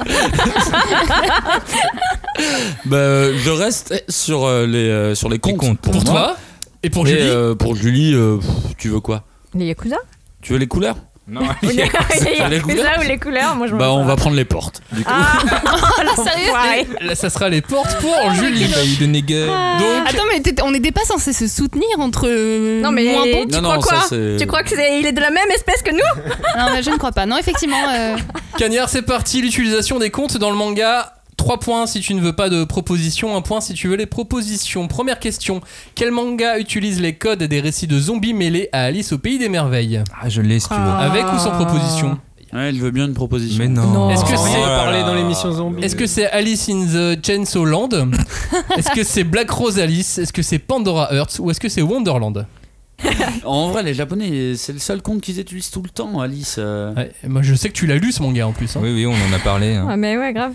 Bah, euh, je reste sur, euh, les, euh, sur les comptes.
comptes.
Pour,
moi.
toi et pour
Et,
Julie.
euh, pour Julie, euh, pff, tu veux quoi
Les Yakuza
Tu veux les couleurs
Non,
Les
T'as les
Yakuza
couleurs
ou les couleurs Moi, je m'en
Bah,
fous.
on va prendre les portes.
Ah,
sérieux
l'enfoiré.
Là, ça sera les portes pour Julie.
Il donne gueule.
ah,
Donc,
Attends, mais t'es- on n'était pas censé se soutenir entre. euh,
Non, mais
moins bons
tu
Non,
crois
non, ça,
quoi
c'est-
Tu crois que c'est- il est de la même espèce que nous
Non, mais je ne crois pas. Non, effectivement. euh,
Cagnard, c'est parti. L'utilisation des comptes dans le manga. 3 points si tu ne veux pas de propositions, 1 point si tu veux les propositions. Première question. Quel manga utilise les codes des récits de zombies mêlés à Alice au pays des merveilles
Ah, je l'ai si tu veux.
Avec ou sans proposition
Ouais, il veut bien une proposition.
Mais non.
Est-ce que c'est-
On en a parlé dans l'émission Zombie.
Est-ce que c'est Alice in the Chainsaw Land Est-ce que c'est Black Rose Alice Est-ce que c'est Pandora Hearts Ou est-ce que c'est Wonderland
En vrai, les Japonais, c'est le seul compte qu'ils utilisent tout le temps, Alice. euh.
Ouais, Moi je sais que tu l'as lu ce manga en plus. hein.
Oui, oui, on en a parlé. hein.
Ah, mais ouais, grave.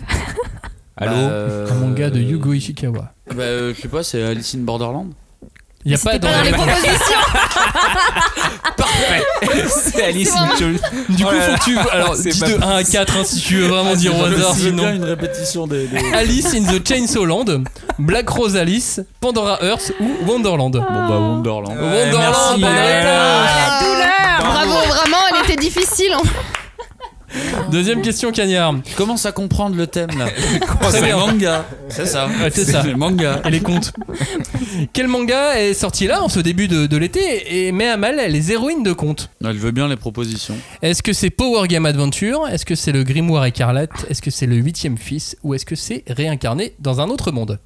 Allô
Bah, euh,
Un manga de Yugo Ishikawa.
Bah, euh, je sais pas, c'est Alice in Borderland.
Il n'y a pas dans
dans les propositions.
C'est Alice
C'est
Du coup,
Oh là
faut
là.
que tu. Alors,
C'est
dis
pas Ah,
de 1 à 4 hein, si tu veux vraiment dire au hasard, sinon.
une répétition des.
Alice in the Chainsaw Land, Black Rose Alice, Pandora Hearts ou Wonderland
Bon, bah, Wonderland.
Wonderland, bah,
bah,
bonne réponse.
Ah, Bravo, vraiment, elle était difficile. hein.
Deuxième question, Cagnard.
Je commence à comprendre le thème là.
Très
c'est les
bien.
mangas. C'est ça.
Ouais, c'est ça.
les mangas.
Et les comptes. Quel manga est sorti là en ce début de, de l'été et met à mal les héroïnes de contes
Elle veut bien les propositions.
Est-ce que c'est Power Game Adventure Est-ce que c'est le Grimoire écarlate Est-ce que c'est le huitième fils Ou est-ce que c'est réincarné dans un autre monde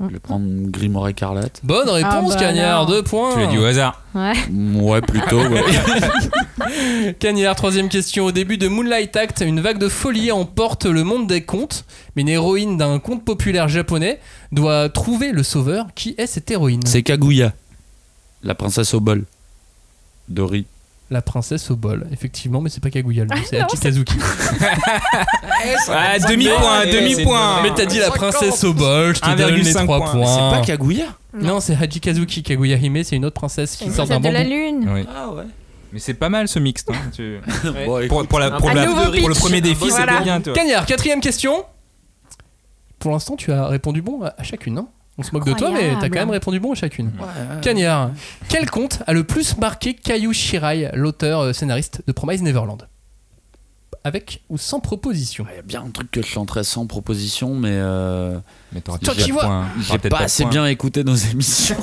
Je
Mm.
vais prendre Grimoire écarlate.
Bonne réponse,
bah
Cagnard,
alors.
deux points.
Tu l'as dit au hasard.
Ouais, plutôt. ouais.
Cagnard, troisième question. Au début de Moonlight Act, une vague de folie emporte le monde des contes, mais une héroïne d'un conte populaire japonais doit trouver le sauveur. Qui est cette héroïne
C'est Kaguya, la princesse au bol. Dori.
La princesse au bol, effectivement, mais c'est pas Kaguya, le nom, c'est
non,
Hachi Kazuki.
Ah, demi-point, demi-point.
Mais t'as dit la princesse au bol, je te donne les
1,5
trois
points.
points.
Pas Kaguya
Non, c'est Haji Kazuki. Kaguya Hime, c'est une autre princesse qui sort d'un
de la
bambou.
lune.
Oui.
Ah ouais.
Mais c'est pas mal ce mixte. hein, tu-
Bon, écoute,
pour, pour la- pour
Un
la-
nouveau
pour le
pitch.
premier défi,
Voilà.
c'était bien, toi.
Cagnard, quatrième question. Pour l'instant, tu as répondu bon à à chacune, hein On se moque de toi, mais t'as
Incroyable.
quand même répondu bon à chacune. Cagnard, quel conte a le plus marqué Caillou Shirai, l'auteur euh, scénariste de Promise Neverland Avec ou sans proposition
Il y a bien un truc que je chanterais sans proposition, mais euh,
Mais t'auras
Toi
peut-être
qui
pas de
vois.
points. T'auras
j'ai
peut-être
pas,
de
assez
points.
bien écouté nos émissions.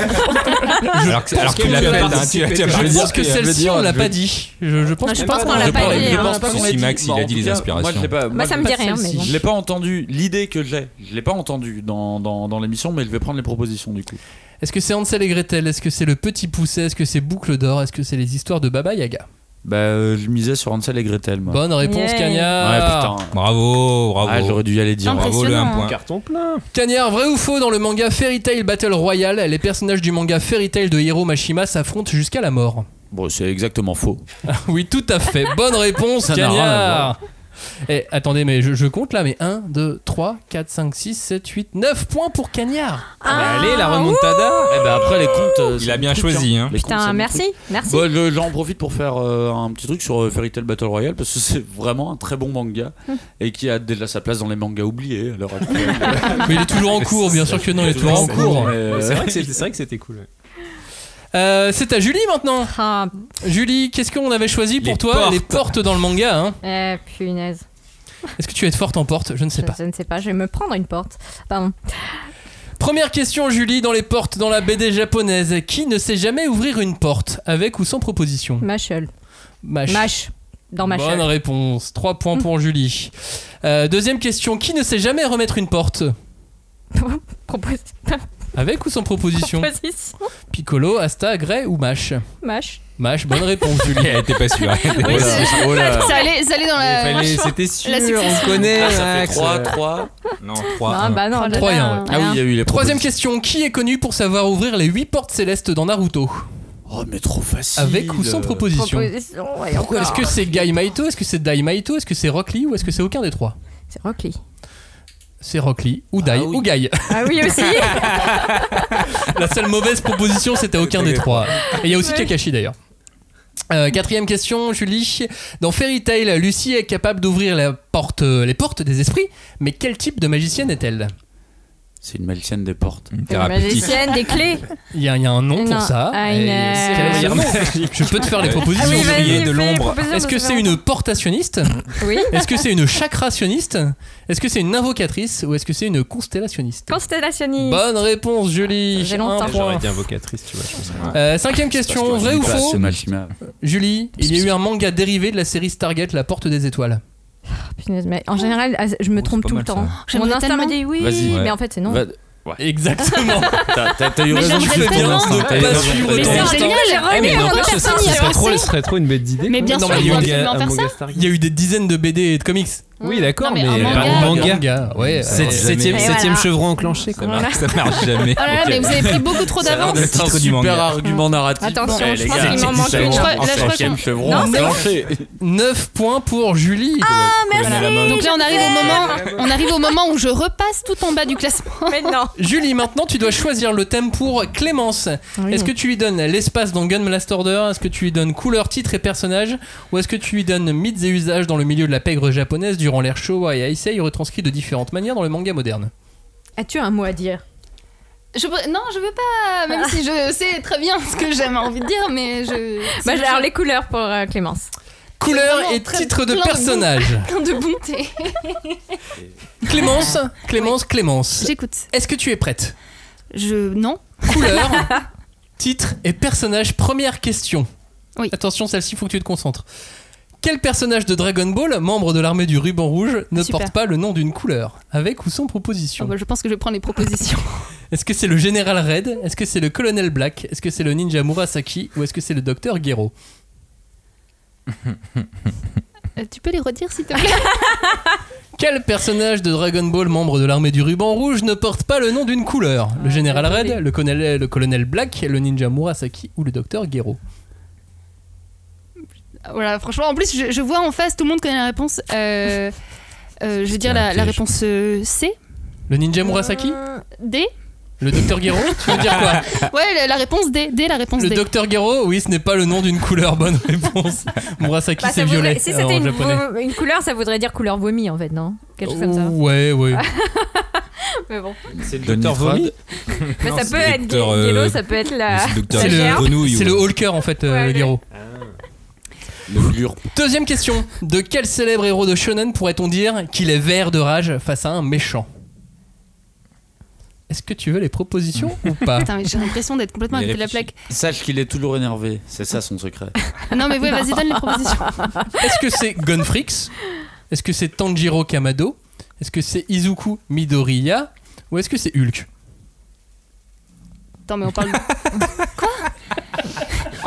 Alors que, alors que tu l'as fait, hein, tu- tu as
Je
participé.
pense que
je veux
celle-ci,
dire,
on l'a
je veux-
pas dit. Je, je pense
Je
qu'on
pense
l'a
qu'on
pas
l'a
dit.
pas dit,
je
hein.
pense pas qu'on
Si
l'a dit.
Max, il
Bon,
a
en
dit
tout
les
cas, Moi,
inspirations.
je l'ai Ah, pas. moi,
Moi, Bah, ça me dit rien, mais bon.
Je l'ai pas entendu. L'idée que j'ai, je l'ai pas entendu dans, dans, dans l'émission, mais je vais prendre les propositions du coup.
Est-ce que c'est Hansel et Gretel Est-ce que c'est le petit poucet Est-ce que c'est Boucle d'or Est-ce que c'est les histoires de Baba Yaga
Bah, euh, je misais sur Hansel et Gretel, moi.
Bonne réponse,
Yeah.
Cagnard.
Ouais, putain.
Bravo, bravo.
Bah. Ah, j'aurais dû y aller dire.
Hein.
Impressionnant.
Bravo.
Bravo, le 1 point.
Carton plein.
Cagnard, vrai ou faux, dans le manga Fairy Tail Battle Royale, les personnages du manga Fairy Tail de Hiro Mashima s'affrontent jusqu'à la mort
Bon, c'est exactement faux.
Oui, tout à fait. Bonne réponse,
Ça n'a rien à
Cagnard.
voir.
Eh, attendez, mais je, je compte là, mais 1, 2, 3, 4, 5, 6, 7, 8, 9 points pour Cagnard.
Ah,
Ah, allez,
Ah,
la remontada.
Eh ben après les comptes. euh,
Il
ça
a
me
bien
coûte,
choisi, hein.
Les comptes, ça
oh, Putain,
me
merci, merci.
coûte. Bon, Bah, je- j'en profite pour faire euh, un petit truc sur euh, Fairy Tail Battle Royale parce que c'est vraiment un très bon manga et qui a déjà sa place dans les mangas oubliés. à l'heure actuelle.
Mais il est toujours en cours, bien sûr que non, il est toujours en cours.
Mais,
C'est
euh,
vrai que c'était- c'est vrai que c'était cool. ouais.
Euh, c'est à Julie maintenant.
Ah,
Julie, qu'est-ce qu'on avait choisi pour
Les
toi Les portes dans le manga. hein.
euh, punaise.
Est-ce que tu vas être forte en porte Je ne sais
Je-
pas.
Je ne sais pas, je vais me prendre une porte. Pardon.
Première question, Julie, dans les portes, dans la BD japonaise. Qui ne sait jamais ouvrir une porte Avec ou sans proposition
Machel.
Mâche.
Mash. Dans ma Mm.
Bonne réponse. 3 points pour Julie. Euh, deuxième question. Qui ne sait jamais remettre une porte
Propose.
Avec ou sans proposition
Proposition.
Piccolo, Asta, Gray ou Mash
Mâche.
Mash, bonne réponse, Julie.
Elle était pas sûre.
Oh là,
euh,
oh là.
Ça allait, ça allait
Il
dans la.
fallait-
Euh, franchement,
C'était sûr,
la succession.
on connaît.
Ah, ça fait
Max.
3, 3.
Non,
Ah
3.
bah non,
Trois et un, ouais.
Ah oui, il y a eu les
Troisième question, qui est connu pour savoir ouvrir les 8 portes célestes dans Naruto
Oh, mais trop facile.
Avec ou sans proposition
Proposition, ouais,
Pourquoi Est-ce
encore.
que c'est Gai Maito Est-ce que c'est Dai Maito Est-ce que c'est Rock Lee Ou est-ce que c'est aucun des trois
C'est Rock Lee.
C'est Rock Lee ou Dai
oui.
ou Gai.
Ah oui aussi
La seule mauvaise proposition, c'était aucun des trois. Et il y a aussi
Ouais.
Kakashi d'ailleurs. Euh, quatrième question, Julie. Dans Fairy Tail, Lucie est capable d'ouvrir la porte, euh, les portes des esprits, mais quel type de magicienne est-elle
C'est une magicienne des portes.
Une
Une
thérapeutique.
magicienne des clés.
il y, a- il y a un nom pour
Non,
ça.
ah,
et
une, euh,
c'est- quel est le nom Je peux te faire les
Ah
propositions.
oui,
Julie.
vas-y,
de
fais
l'ombre.
proposition,
Est-ce que
ça
c'est
fait
une portationniste
longtemps. Oui.
Est-ce que c'est une chakrationniste Est-ce que c'est une invocatrice Ou est-ce que c'est une constellationniste
Constellationniste.
Bonne réponse, Julie.
Ça fait
Un
longtemps.
point.
J'aurais dit invocatrice, tu vois. je pense.
Euh, cinquième question, vrai ou faux
C'est Malchima.
Julie, il y a eu un manga dérivé de la série Stargate, La Porte des Étoiles.
Punaise, mais en général, ah, je me
c'est
trompe
pas
tout le
mal,
temps.
ça.
Mon
J'aimerais
instinct me
tellement.
dit oui,
Vas-y.
mais
Ouais.
en fait c'est non.
Va-
Exactement.
T'as t'as- t'as eu
Mais
raison.
j'aimerais
tu fais
tellement
bien
savoir.
de
T'as eu
pas
raison.
suivre
Mais
ton
c'est
instinct.
j'ai
Eh, mais
remis en
n'empêche, ça
personne, j'ai
serait
pensé.
trop, ce serait trop une bête d'idée.
Mais bien
Non,
sûr,
mais
on
il y a
va
eu
absolument faire ça.
Il y a eu des dizaines de BD et de comics.
Oui, d'accord,
Non, mais
mais
un manga.
un manga.
ouais.
Sept-
euh,
jamais.
Septième
Et
septième
voilà.
chevron enclenché, quoi.
Voilà.
Ça marche jamais.
Oh là là, mais vous avez pris beaucoup trop
Ça a l'air
d'avance.
Le
d'être un
titre du
super
manga.
argument narratif.
Attention,
Eh,
je
les
pense
gars,
qu'il m'en
c'est
manque
bon,
une. Je
crois-
en
là, je crois
cinquième
qu'on-
chevron,
Non, c'est bon.
enclenché.
9 points pour Julie.
Donc là, on arrive au moment, on arrive au moment où je repasse tout en bas du classement.
Mais non.
Julie, maintenant tu dois choisir le thème pour Clémence. Est-ce que tu lui donnes l'espace dans Gun Blast Order Est-ce que tu lui donnes couleur, titre et personnage Ou est-ce que tu lui donnes mythes et usages dans le milieu de la pègre japonaise durant l'ère Showa et Heisei retranscrit de différentes manières dans le manga moderne
As-tu un mot à dire
Je peux- non, je veux pas, même si je sais très bien ce que j'avais envie de dire, mais je.
Bah
je-
alors les couleurs pour euh, Clémence.
Couleur
vraiment
et
très
titre de
plein de
personnage.
Plein de bonté.
Clémence, Clémence, Clémence.
J'écoute.
Est-ce que tu es prête
Je. Non.
Couleur, titre et personnage. Première question.
Oui.
Attention, celle-ci, faut que tu te concentres. Quel personnage de Dragon Ball, membre de l'armée du ruban rouge, ne
Super.
porte pas le nom d'une couleur, avec ou sans proposition
Oh, bah, je pense que je prends les propositions.
Est-ce que c'est le général Red Est-ce que c'est le colonel Black Est-ce que c'est le ninja Murasaki Ou est-ce que c'est le docteur Gero
Euh, tu peux les redire, s'il te plaît
Quel personnage de Dragon Ball, membre de l'armée du ruban rouge, ne porte pas le nom d'une couleur Le général
j'ai
Red,
trouvé.
le colonel, le colonel Black, le ninja Murasaki ou le docteur Gero
Voilà, franchement, en plus, je, je vois en face, tout le monde connaît la réponse. Euh, euh, je veux dire la, la réponse euh, C,
Le ninja Murasaki
Euh,
D.
Le docteur Gero Tu veux dire quoi
Ouais, la, la réponse D, D, la réponse
Le
D.
docteur Gero Oui, ce n'est pas le nom d'une couleur. Bonne réponse. Murasaki,
Bah, ça
c'est
voudrait-
violet
Si
euh,
c'était
en
une,
japonais.
vo- une couleur, ça voudrait dire couleur vomi en fait, non Quelque chose comme ça. Ah.
Ouais, ouais. Oh.
Mais bon.
C'est le
Le
docteur
nitrate.
Vomi
Mais
Non,
ça
c'est
peut être
docteur,
Gu-
euh,
Guélo, ça peut être la.
C'est le docteur
C'est le-
Grenouille.
C'est le Hulker en fait, euh,
Ouais,
Gero.
Le blur.
Deuxième question. De quel célèbre héros de shonen pourrait-on dire qu'il est vert de rage face à un méchant Est-ce que tu veux les propositions ou pas
Putain, mais j'ai l'impression d'être complètement à
Il
côté de la
réfléchit.
plaque.
Sache qu'il est toujours énervé. C'est ça son secret.
Ah non, mais ouais, vas-y, donne les propositions.
Est-ce que c'est Gunfrix Est-ce que c'est Tanjiro Kamado Est-ce que c'est Izuku Midoriya Ou est-ce que c'est Hulk
Attends, mais on parle. Quoi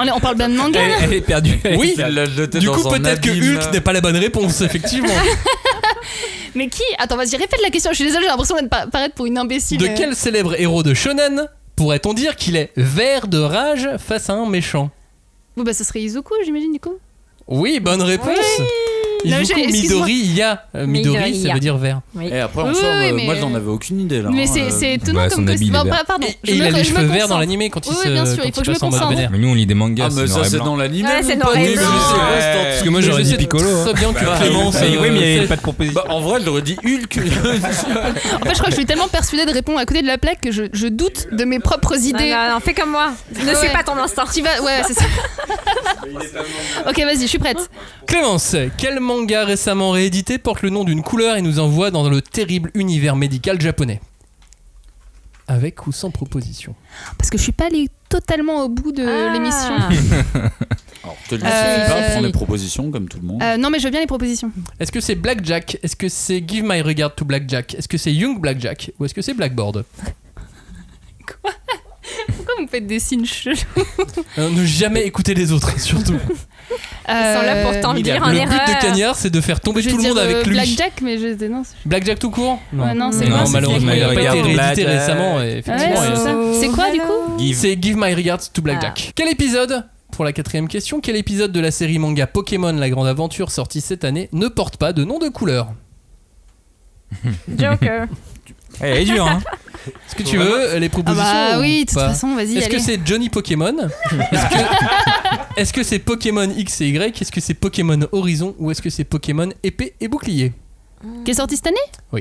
on, on parle bien de manga, là
Elle est perdue.
Oui
Il l'a jeté
Du
dans
coup,
un
peut-être que
abîme.
Hulk n'est pas la bonne réponse, effectivement.
Mais qui Attends, vas-y, répète la question. Je suis désolée, j'ai l'impression d'être pa- paraître pour une imbécile.
De
Euh,
quel célèbre héros de shonen pourrait-on dire qu'il est vert de rage face à un méchant
Bon, bah, ce serait Izuku, j'imagine, du coup.
Oui, bonne réponse
Non, j'ai-
Izuku
excuse-moi.
Midoriya. Euh, Midori, ça
Midoriya.
veut dire vert.
Et après, on
Oui,
sort.
oui,
euh,
mais-
Moi, j'en avais aucune idée là.
mais
hein,
c'est
euh,
c'est étonnant
bah, son
comme
habit, il
question.
est
Bon,
vert.
bah, pardon.
Et,
je
et il
me-
a les
je me
cheveux verts dans
concentre.
l'animé quand il
Oui,
se
oui, bien sûr,
quand
il
il
faut que je
passe
me
en mode
concentre.
vénère.
Mais nous, on lit des mangas.
Ah, mais ça, c'est dans l'anime.
Ouais, c'est
ou
dans
pas
les
Nous,
blancs.
c'est quoi, cette
Parce que moi,
Mais
j'aurais
je
dit
sais
Piccolo.
Très
hein.
bien que
Bah,
Clémence.
oui,
euh,
Oui, mais il n'y
sait-
avait pas de proposition.
Bah, en vrai, j'aurais dit Hulk.
En fait, je crois que je suis tellement persuadée de répondre à côté de la plaque que je, je doute de mes propres
Non,
idées.
Bah, non, non, fais comme moi. Ne
Ouais.
suis pas ton instinct.
Tu vas, ouais, c'est ça. ok, vas-y, je suis prête.
Clémence, quel manga récemment réédité porte le nom d'une couleur et nous envoie dans le terrible univers médical japonais Avec ou sans proposition
Parce que je suis pas allée totalement au bout de
Ah.
l'émission.
Alors, je te le dis,
Euh,
c'est pas, prends les
oui.
propositions comme tout le monde.
Euh, non, mais je veux bien les propositions.
Est-ce que c'est Blackjack Est-ce que c'est Give My Regard to Blackjack Est-ce que c'est Young Blackjack Ou est-ce que c'est Blackboard
vous me faites des signes chelous.
Euh, ne jamais écouter les autres, surtout.
sont
Ils
là pour t'enduire en
le
erreur.
but de Cagnard, c'est de faire tomber
Euh, Je vais
tout le
dire,
monde
euh,
avec lui.
Blackjack, mais je dénonce.
Blackjack tout court
Ouais, non, c'est quoi,
Non,
c'est
malheureusement,
Give
il a
My
pas été
Regards,
réédité
Blackjack.
récemment. et
Ah,
effectivement,
Ouais,
et-
c'est ça. C'est quoi du coup
c'est Give My Regards to Blackjack.
Ah.
Quel épisode pour la quatrième question, quel épisode de la série manga Pokémon La Grande Aventure sorti cette année ne porte pas de nom de couleur
Joker.
Elle est dure, hein.
Est-ce que tu veux euh, les
Ah
propositions
bah
ou
oui, de toute
pas
façon, vas-y.
Est-ce que
allez.
c'est Johnny Pokémon Est-ce que- Est-ce que c'est Pokémon X et Y Est-ce que c'est Pokémon Horizon Ou est-ce que c'est Pokémon épée et bouclier
Qui est sorti cette année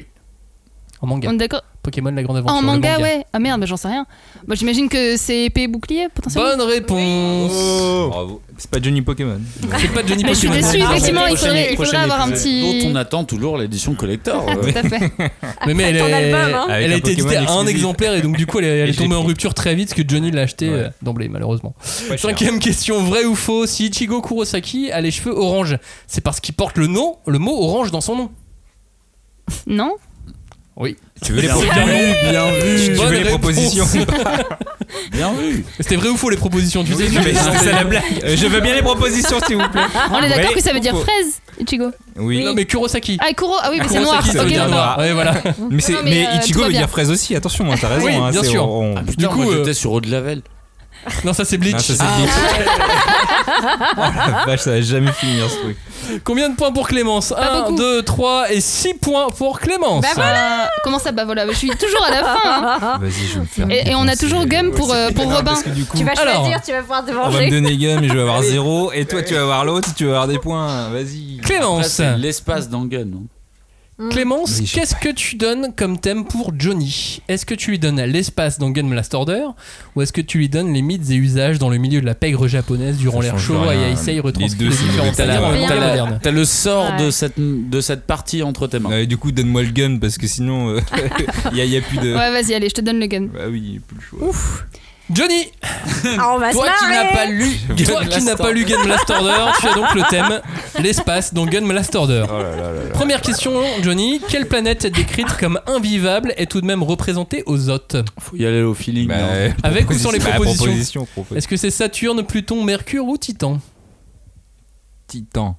En manga.
On est d'accord
Pokémon la grande
Ah,
aventure.
En
le
manga, ouais. Ah merde, bah, j'en sais rien. Bah, J'imagine que c'est épée et bouclier potentiellement.
Bonne réponse
Bravo. C'est pas Johnny Pokémon.
C'est pas Johnny
Mais je suis
Pokémon. hein.
déçue,
Bravo.
effectivement, il
Prochaine-
faudrait, il
prochaine
faudrait avoir un
épisode.
petit. Ah,
Dont on attend toujours l'édition collector. euh.
Tout à fait. Ah,
Mais, mais elle,
Ton
est-
album, hein.
elle
Avec
a
un
été éditée à
Pokémon
un
exclusif.
exemplaire et donc du coup elle, est- elle
Et
est
j'ai
tombée en
pris.
rupture très vite parce que Johnny l'a acheté
Ouais.
euh, d'emblée malheureusement.
Pas cher.
Cinquième question, vrai ou faux Si Ichigo Kurosaki a les cheveux orange, c'est parce qu'il porte le nom, le mot orange dans son nom.
Non
Tu veux les
Bien vu,
propositions Bien vu. Tu
Bonne
veux les
réponse.
propositions
Bien vu.
C'était vrai ou faux les propositions Tu sais
Oui,
tu
mais
les as
c'est
inventées.
ça la blague. Euh, Je veux bien les propositions, s'il vous plaît.
On est d'accord
Ouais.
que ça veut dire
Faut-
fraise, Ichigo.
Oui.
Non mais Kurosaki.
Ah, Kuro, ah oui, mais c'est noir.
Kurosaki, ça veut
Ok,
dire
d'accord.
noir. Ouais, voilà.
Mais, c'est-
Non, mais,
mais
euh, tout
Ichigo
va
veut
bien.
dire fraise aussi, attention, hein, t'as raison.
Oui,
hein,
bien
c'est-
sûr.
on- on-
Putain,
Du
moi
coup, euh,
j'étais sur Eau de Lavel.
non ça c'est Bleach.
Ah, ça, c'est Bleach. Oh la vache, ça va jamais finir ce truc.
Combien de points pour Clémence
Pas
1,
beaucoup.
2, 3 et 6 points pour Clémence.
Bah voilà Comment ça, bah voilà Je suis toujours à la fin.
Ah,
hein.
Vas-y, je vais me faire.
Et, et on a toujours Gum pour, euh, pour Robin.
Tu vas
Alors.
choisir, tu vas pouvoir te
On va me
venger.
donner Gum et je vais avoir zéro. Et toi, tu vas avoir l'autre, tu vas avoir des points. Vas-y.
Après,
Clémence,
c'est l'espace d'Angun. non
Clémence,
Oui, je sais
qu'est-ce que tu donnes comme thème pour Johnny Est-ce que tu lui donnes l'espace dans Gun Blast Order ou est-ce que tu lui donnes les mythes et usages dans le milieu de la pègre japonaise durant
Ça
l'ère
change
Showa
rien.
et Heisei
Les
retranscrits
deux, c'est
différents
mauvais.
T'as la-
c'est-à-dire
bien
t'as la-
moderne
t'as le sort de,
Ouais.
cette, de cette partie entre tes mains.
Euh, du coup, donne-moi le Gum parce que sinon, il n'y a, plus de.
Ouais, vas-y, allez, je te donne le Gum.
Bah oui, plus le choix.
Johnny,
Ah, on va se
toi qui n'as
marrer.
pas lu,
Gun
toi qui
Blast
n'as pas lu Gun Blast Order, tu as donc le thème l'espace dans Gun Blast Order.
Oh là là là là.
Première question, Johnny, quelle planète décrite comme invivable est tout de même représentée aux autres
Faut y aller au feeling. hein.
Bah,
Avec ou sans les
bah,
propositions
proposition, proposition.
Est-ce que c'est Saturne, Pluton, Mercure ou Titan
Titan.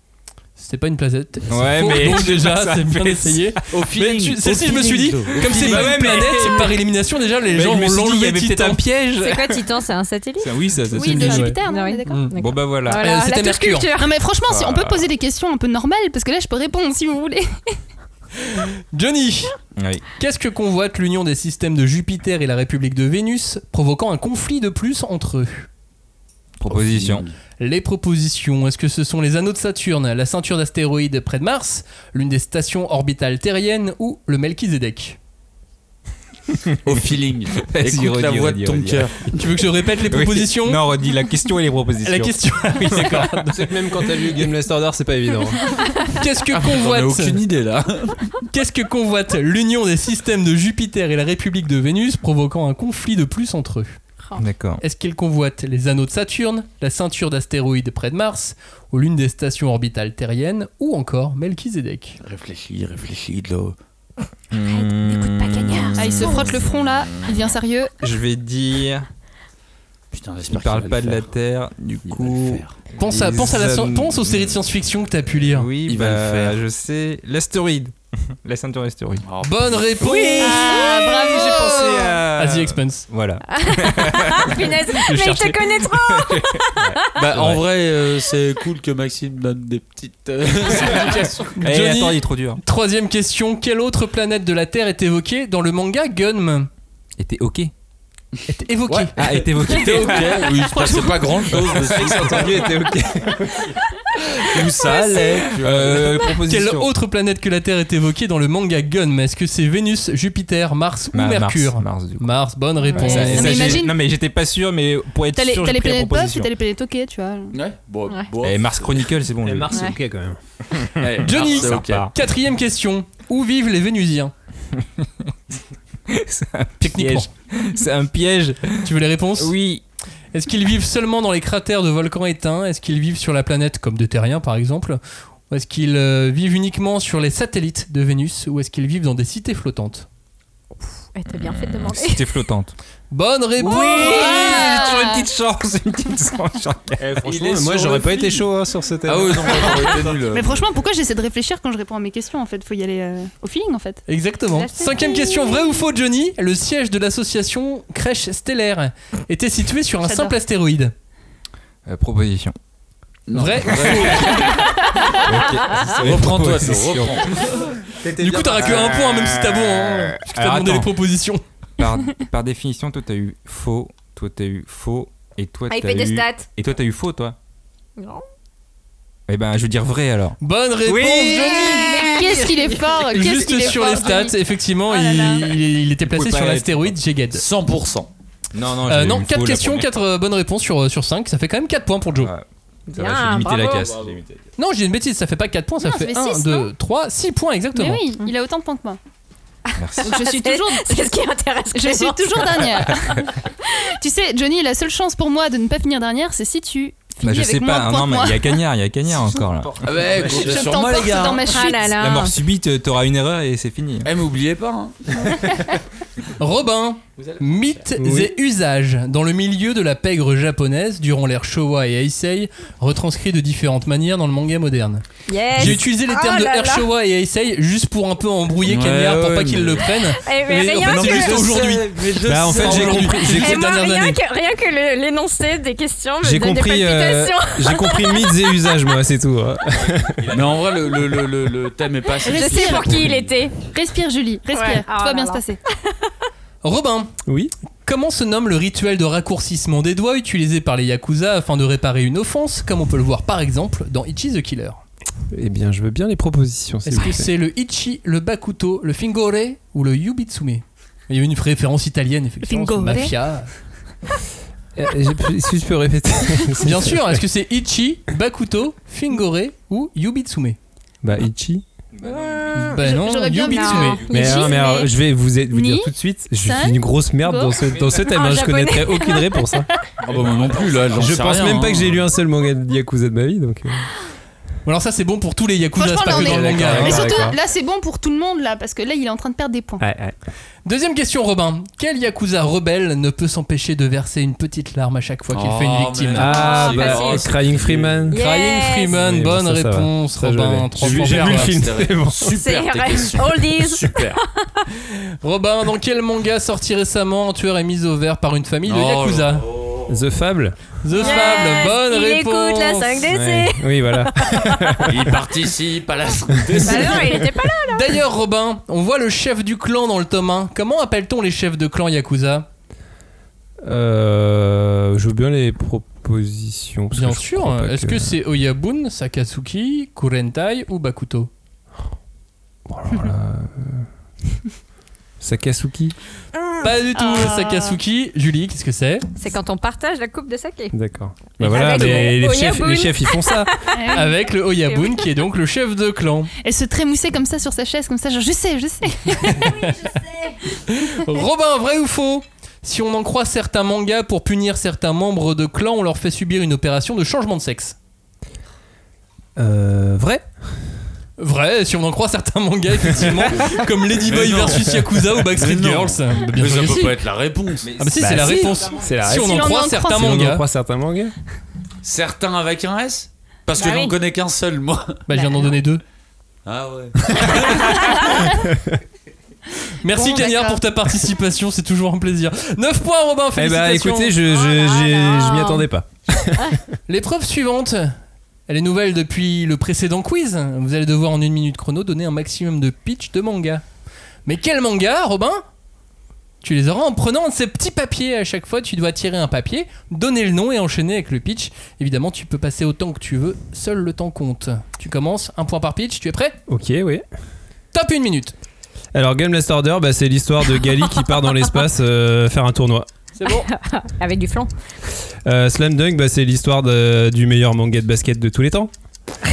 C'était pas une planète. c'est
Ouais,
faux,
mais
donc
je-
déjà,
ça
c'est bien
fait-
essayé.
Au
Mais
feeling.
tu,
au
c'est si, je me suis dit,
feeling.
comme c'est une
Bah ouais, mais-
planète, c'est par élimination déjà, les
Mais
gens
je me suis
vont
dit, il y
l'enlever
avait peut-être
Titan.
un piège.
C'est quoi Titan C'est un satellite
Ça, oui, ça, ça
Oui,
se
de
dit.
ouais.
Jupiter, non, on est
Ouais.
d'accord
Mm.
Bon bah voilà.
Euh,
Voilà,
c'était
la touche
Mercure.
culture.
Non, mais franchement, si on peut
Voilà.
poser des questions un peu normales, parce que là, je peux répondre si vous voulez.
Johnny,
Oui.
qu'est-ce que convoite l'union des systèmes de Jupiter et la République de Vénus, provoquant un conflit de plus entre eux
Ah, Proposition.
Les propositions, est-ce que ce sont les anneaux de Saturne, la ceinture d'astéroïdes près de Mars, l'une des stations orbitales terriennes ou le Melchizedek
Au feeling.
Vas-y,
Écoute la
redis,
voix
redis,
de ton
redis.
cœur.
Tu veux que je répète les
Oui.
propositions
Non, redis la question et les propositions.
La question, Ah oui d'accord.
C'est que même quand t'as lu Game Last Order, c'est pas évident.
Qu'est-ce que
J'en ai
convoite
aucune idée là.
Qu'est-ce que convoite l'union des systèmes de Jupiter et la République de Vénus, provoquant un conflit de plus entre eux
D'accord.
Est-ce qu'ils convoitent les anneaux de Saturne, la ceinture d'astéroïdes près de Mars, ou l'une des stations orbitales terriennes, ou encore Melchizedek
Réfléchis, réfléchis, de l'eau.
N'écoute pas
Ah, il se frotte le front là, il devient sérieux.
Je vais dire.
Putain,
Il
j'espère qu'il va
parle
le
pas de la
faire.
Terre. Du
Il va
coup.
le faire.
Pense, à,
Les
pense, à la,
hommes-
pense aux séries de science-fiction que t'as pu lire.
Oui,
Il
bah,
va le faire.
Je sais. L'astéroïde. la ceinture astéroïde.
Oh,
Bonne réponse
Ah, bravo
J'ai pensé euh, à.
à The Expanse.
Voilà.
Ah, punaise, mais je
cherchais.
te connais trop
Bah, en
Ouais.
vrai, euh, c'est cool que Maxime donne des petites. euh, indications.
Eh,
Johnny.
attends, il est trop dur.
Troisième question, quelle autre planète de la Terre est évoquée dans le manga Gunm
Et t'es ok.
Est évoquée.
Ah, et t'es ok.
T'es ok, oui, il se passait pas grand chose
J'ai entendu, et t'es ok.
Où ça allait tu vois.
Euh, proposition.
Quelle autre planète que la Terre est évoquée dans le manga Gunm Est-ce que c'est Vénus, Jupiter, Mars ou
Ma-
Mercure
Bah, Mars, Mars, du coup.
Mars, bonne réponse.
Ça,
Ouais.
ça,
mais
j'ai-
imagine-
non, mais j'étais pas sûr, mais pour être
T'as les,
sûr,
t'as
j'ai
les
pris la
planètes bof et
proposition.
t'as les planètes ok, tu vois.
Ouais, bon,
Ouais.
bon.
Et Eh, Mars Chronicle, c'est bon.
Et
je-
Mars, c'est ok quand même.
Ouais,
Johnny.
Mars, c'est ok.
Sympa.
Ah. Quatrième question. Où vivent les Vénusiens
C'est un
Techniquement.
piège. C'est un piège.
Tu veux les réponses
Oui.
Est-ce qu'ils vivent seulement dans les cratères de volcans éteints Est-ce qu'ils vivent sur la planète comme de terriens par exemple Ou est-ce qu'ils euh, vivent uniquement sur les satellites de Vénus Ou est-ce qu'ils vivent dans des cités flottantes
Eh, T'as bien fait de demander.
Cité flottante.
Bonne réponse
Ouais.
sur une petite chance, une petite chance.
Il est
Eh, moi
sur
j'aurais
le
pas été
fil.
chaud hein, sur ce thème.
Ah ouais, non, j'aurais été nul.
Mais franchement, pourquoi j'essaie de réfléchir quand je réponds à mes questions en fait Faut y aller euh, au feeling en fait.
Exactement.
La surprise.
Cinquième question, vrai ou faux, Johnny Le siège de l'association Crèche Stellaire était situé sur un
J'adore.
simple astéroïde.
Euh, proposition.
Vrai ou
Ah.
c'est
Reprends-toi,
une proposition.
Flo. Du coup, t'auras que un point, même si t'as bon.
Euh,
Hein, puisque t'as
Alors,
demandé les
attends.
propositions.
Par, par définition, toi t'as eu faux, toi t'as eu faux, et toi
Ah, il
t'as
fait des
eu-
stats.
Et toi t'as eu faux, toi
Non.
Eh ben, je veux dire vrai alors.
Bonne réponse,
Mais qu'est-ce qu'il est fort qu'est-ce
Juste
qu'il est
sur
fort,
les stats,
Johnny.
effectivement,
Oh là là.
il, il- il était placé
pouvait pas
sur
être-
l'astéroïde Jeged.
100%.
Non, non,
Euh,
j'ai
non,
eu
4
faux la
questions,
première.
4 bonnes réponses sur, sur 5. Ça fait quand même 4 points pour
Ah.
Joe.
Ça va, j'ai limité la casse. j'ai limité.
Non, j'ai une bêtise, ça fait pas 4 points, ça
Non, ça
fait
fait
1,
six,
2,
non
3, 6 points exactement.
Mais oui, il a autant de points que moi.
Merci.
Donc je suis
C'est-
toujours.
C'est ce qui intéresse.
Je suis toujours dernière. tu sais, Johnny, la seule chance pour moi de ne pas finir dernière, c'est si tu finis
Bah, je
avec
sais
moins de
pas,
points
non,
que
mais
moi.
il y a Cagnard, il y a Cagnard encore là.
Ah ouais, comptez
Je
sur moi, les
t'emporte
gars.
dans
Ah
ma chute.
La mort subite, euh, t'auras une erreur et c'est fini.
Eh, m'oubliez pas. Hein.
Robin, mythes
Oui.
et usages. Dans le milieu de la pègre japonaise, durant l'ère Showa et Heisei, retranscrit de différentes manières dans le manga moderne.
Yes.
J'ai utilisé les
Oh
termes de
là
ère
là.
Showa et Heisei juste pour un peu embrouiller
Ouais,
Cagnard pour
ouais,
pas qu'il
mais-
le prenne.
Eh, mais rien
on en
que-
parle juste
Mais je
aujourd'hui.
Bah, en fait, j'ai
Aujourd'hui.
compris.
J'ai
j'ai-
ces
Et moi,
dernières
rien
années.
que, rien que le- l'énoncé des questions me
J'ai
donne
compris,
des
euh,
palpitations.
j'ai compris mythes et usages, moi, c'est tout. hein.
Mais en vrai, le, le, le, le, le thème est pas assez
Je sais
Respire.
pour qui il était.
Respire, Julie, respire.
Ouais.
Tout va
Oh là
bien
là.
se passer.
Robin,
Oui.
comment se nomme le rituel de raccourcissement des doigts utilisé par les Yakuza afin de réparer une offense, comme on peut le voir par exemple dans Ichi the Killer
Eh bien, je veux bien les propositions. s'il
Est-ce
vous
que
plaît.
c'est le Ichi, le Bakuto, le Fingore ou le Yubitsume Il y a eu une référence italienne, effectivement.
Fingore.
Mafia.
Euh, j'ai pu- Est-ce que je peux répéter
Bien sûr, est-ce que c'est Ichi, Bakuto, Fingore ou Yubitsume
Bah, Ichi.
Ben non,
Ah, j'aurais bien-
Yubitsume.
Non.
Mais,
Ichi,
non, mais alors,
mais-
je vais vous, vous dire
Ni,
tout de suite, je suis
san,
une grosse merde
go.
dans ce, dans ce thème.
En
hein, je
japonais.
connaîtrais aucune réponse. hein. Ah,
Ah bah moi non plus là, j'en
Je
sais
pense
rien,
même pas
hein.
que j'ai lu un seul manga de Yakuza de ma vie. Donc, euh.
Bon, Alors ça, c'est bon pour tous les Yakuza, c'est
Franchement,
pas que
là,
dans
on
le
est-
manga.
D'accord,
Mais
hein.
surtout,
d'accord. Ah.
là, c'est bon pour tout le monde, là, parce que là, il est en train de perdre des points.
Ouais, ouais.
Deuxième question, Robin. Quel Yakuza rebelle ne peut s'empêcher de verser une petite larme à chaque fois qu'il fait une
Oh,
victime
mais-
Ah,
c'est
bah,
facile.
Crying Freeman.
Yes.
Crying Freeman,
Oui, bon,
bonne
ça, ça va.
réponse,
Ça, je
Robin.
l'avais.
Trois
J'ai vu-
points
j'ai
pour
vu le
toi.
film.
C'était
très bon.
C'est
Super tes
vrai.
questions.
Oldies.
Super.
Robin, dans quel manga sorti récemment un tueur est mis au vert par une famille de
Oh là
Yakuza
The Fable.
The
Yes,
Fable, bonne
il
réponse.
écoute la 5DC.
Ouais. Oui, voilà.
Il participe à la
Bah non, il était pas là.
D'ailleurs, Robin, on voit le chef du clan dans le tome 1. Comment appelle-t-on les chefs de clan Yakuza
Euh, je veux bien les propositions. parce
Bien
que je crois
sûr.
pas
Est-ce que c'est Oyabun, Sakatsuki, Kurentai ou Bakuto
Bon, alors là, euh, Sakasuki
Pas du tout,
Ah.
Sakatsuki. Julie, qu'est-ce que c'est
C'est quand on partage la coupe de saké.
D'accord. Bah voilà,
Avec
mais
le-
les
au
chefs,
Yaboun.
les chefs, ils font ça.
Ah.
Avec le Oyabun qui est donc le chef de clan.
Elle se trémoussait comme ça sur sa chaise, comme ça, genre, je sais, je sais.
Robin, vrai ou faux Si on en croit certains mangas, pour punir certains membres de clan, on leur fait subir une opération de changement de sexe.
Euh, vrai
Vrai, si on en croit certains mangas, effectivement, comme Ladyboy versus Yakuza ou Backstreet
Mais non.
Girls. Bah, Bien
Mais ça
sûr que
peut
si.
pas être la réponse.
Ah bah si,
Bah
c'est la
si.
réponse.
C'est la
Si on
réponse.
en
on
croit
en
certains
Si on en
mangas.
croit certains mangas. Eh
Certains avec un S Parce que
Bah
j'en
oui.
connais qu'un seul moi.
Bah, je viens d'en donner deux.
Ah ouais.
Merci
Bon,
Cagnard
d'accord.
pour ta participation, c'est toujours un plaisir. 9 points Robin,
ben,
Eh
félicitations.
bah écoutez, je, je, j'ai- je m'y attendais pas.
L'épreuve suivante, elle est nouvelle depuis le précédent quiz. Vous allez devoir en une minute chrono donner un maximum de pitch de manga. Mais quel manga, Robin Tu les auras en prenant ces petits papiers. À chaque fois, tu dois tirer un papier, donner le nom et enchaîner avec le pitch. Évidemment, tu peux passer autant que tu veux, seul le temps compte. Tu commences, un point par pitch, tu es prêt
Ok, oui.
Top une minute.
Alors Game Last Order, bah, c'est l'histoire de Gali qui part dans l'espace euh, faire un tournoi.
C'est bon.
Avec du flan.
Euh, Slam Dunk, bah, c'est l'histoire de- du meilleur manga de basket de tous les temps.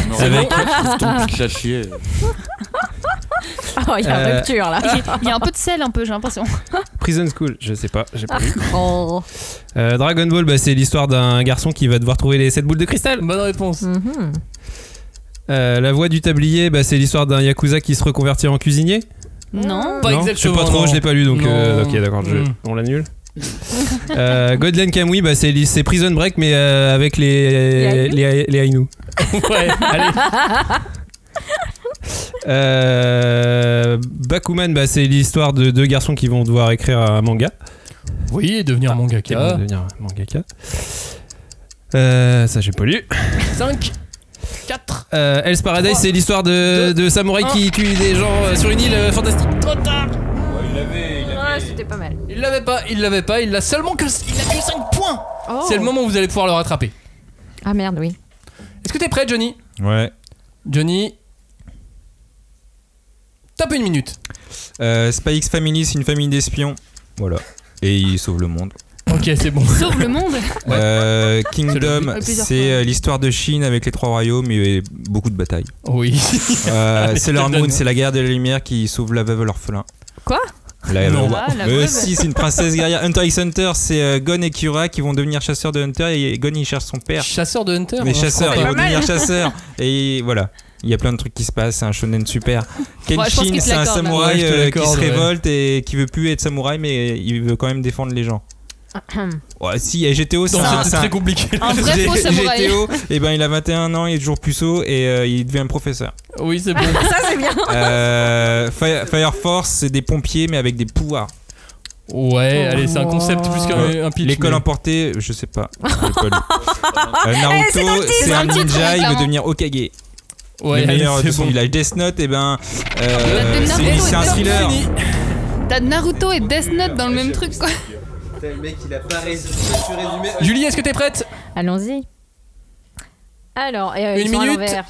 Non,
Avec-
ton pitch à chier.
Oh, il y a
Euh,
rupture là.
Il y a un peu de sel, un peu, j'ai l'impression.
Prison School, je sais pas, j'ai pas lu.
Oh.
Euh, Dragon Ball, bah, c'est l'histoire d'un garçon qui va devoir trouver les 7 boules de cristal.
Bonne réponse.
Mhm.
Euh, la voix du tablier, bah, c'est l'histoire d'un yakuza qui se reconvertit en cuisinier.
Non.
Pas
non,
exactement,
Je sais pas trop,
non.
je l'ai pas lu donc. euh,
Non.
ok, d'accord, je-
Mm.
on l'annule. Euh, Godland Kamui, bah, c'est li- c'est Prison Break, mais euh, avec les, les, Ainu.
ouais, allez.
Euh, Bakuman, bah, c'est l'histoire de deux garçons qui vont devoir écrire un manga.
Oui, et devenir mangaka.
bon, devenir mangaka. Euh, ça, j'ai pas lu.
5, 4.
Euh, Hell's Paradise, c'est l'histoire de, de samouraïs qui tuent des gens euh, sur une île euh, fantastique.
Trop tard
Il l'avait, il
Ouais, c'était pas mal.
Il l'avait pas, il l'avait pas, il l'a seulement que. Il a que 5 points C'est le moment où vous allez pouvoir le rattraper.
Oh. Ah merde, oui.
Est-ce que t'es prêt, Johnny
Ouais.
Johnny. Tape une minute.
Euh, Spy X Family, c'est une famille d'espions. Voilà. Et il sauve le monde.
Ok, c'est bon.
Sauve le monde
Euh,
C'est
Kingdom,
le- plusieurs
c'est euh, l'histoire de Chine avec les trois royaumes et beaucoup de batailles.
Oui.
Euh, c'est leur
Allez,
moon,
donne-moi.
c'est la guerre de la lumière qui sauve la veuve et l'orphelin.
Quoi
La
Non.
veuve.
Ah, la
Euh,
veuve.
si, c'est une princesse guerrière. Hunter x Hunter, c'est euh, Gon et Kyura qui vont devenir chasseurs de Hunter et Gon il cherche son père.
Chasseur de Hunter hein,
Mais
on se
chasseurs,
croit
ils
pas.
vont devenir chasseurs. Et voilà. Il y a plein de trucs qui se passent, c'est un shonen super.
Ouais, je pense
Kenshin,
qu'il te
c'est un
l'accorde, hein. Ouais,
samouraï
je te
euh, qui
l'accorde,
se
ouais.
révolte et qui veut plus être samouraï, mais il veut quand même défendre les gens. Ouais, si, et GTO, c'est
Non,
un-
c'est
c'est
très compliqué. Un vrai
G-
faux samouraï.
GTO, et ben, il a 21 ans, il est toujours puceau et euh, il devient professeur.
Oui, c'est bon.
Ça, c'est bien.
Euh, Fire, Fire Force, c'est des pompiers mais avec des pouvoirs.
Ouais, allez, c'est un concept plus qu'un
Euh,
un pitch.
L'école
mais-
emportée, je sais pas. J'ai pas lu. Euh, Naruto, c'est un ninja, il veut devenir Okage.
Ouais,
le
allez,
meilleur
c'est
de son
bon.
village. Death Note,
eh
et ben, euh,
Death Note
c'est
et
c'est un
Death Note.
thriller.
T'as Naruto et Death Note dans le même truc quoi.
Le mec, il a pas
Julie, est-ce que t'es prête
Allons-y. Alors, euh,
Une
ils sont à
minute.
l'envers.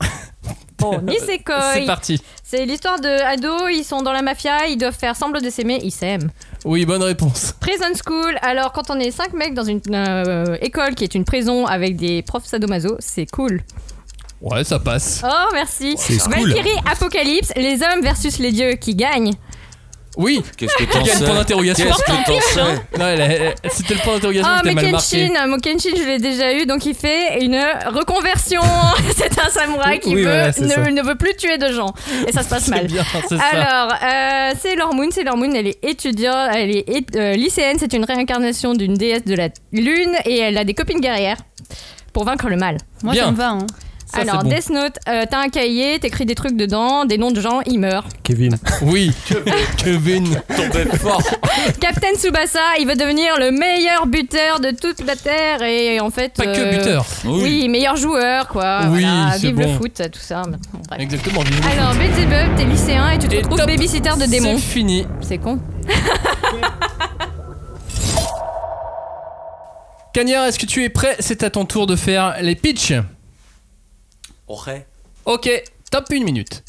Bon, Nisekoi.
C'est parti.
C'est l'histoire de ados, ils sont dans la mafia, ils doivent faire semblant de s'aimer, ils s'aiment.
Oui, bonne réponse.
Prison School, alors quand on est cinq mecs dans une euh, école qui est une prison avec des profs sadomaso, c'est cool.
Ouais, ça passe.
Oh, merci.
C'est cool.
Valkyrie Apocalypse, les hommes versus les dieux qui gagnent.
Oui.
Qu'est-ce que
Qui
t'en
gagne
sais
point d'interrogation.
Qu'est-ce que t'en sais
Non, elle a- elle- c'était le point d'interrogation
Oh,
qui était
mais
mal marqué.
Kenshin, mon Kenshin, je l'ai déjà eu, donc il fait une reconversion. c'est un samouraï qui
Oui,
veut,
voilà, c'est ça.
ne, ne veut plus tuer de gens. Et ça se passe
C'est
mal.
bien, c'est ça.
Alors, euh, Sailor Moon, Sailor Moon, elle est étudiante, elle est é- euh, lycéenne, c'est une réincarnation d'une déesse de la lune et elle a des copines guerrières pour vaincre le mal.
Moi ça me va hein. Ça,
Alors,
c'est bon.
Death Note, euh, t'as un cahier, t'écris des trucs dedans, des noms de gens, ils meurent.
Kevin.
Oui. Kevin.
Tombait fort.
Captain Tsubasa, il veut devenir le meilleur buteur de toute la Terre et en fait. Pas
que buteur.
Oui.
Oui.
meilleur joueur quoi.
Oui,
voilà,
c'est
vive
bon.
le foot, tout ça. Bon, bref.
Exactement. vive le
Alors,
foot.
Beelzebub, t'es lycéen et tu te
Et
retrouves
top,
babysitter de démons.
C'est fini.
C'est con.
Cagnard, est-ce que tu es prêt C'est à ton tour de faire les pitchs.
Ouais.
Ok, top une minute.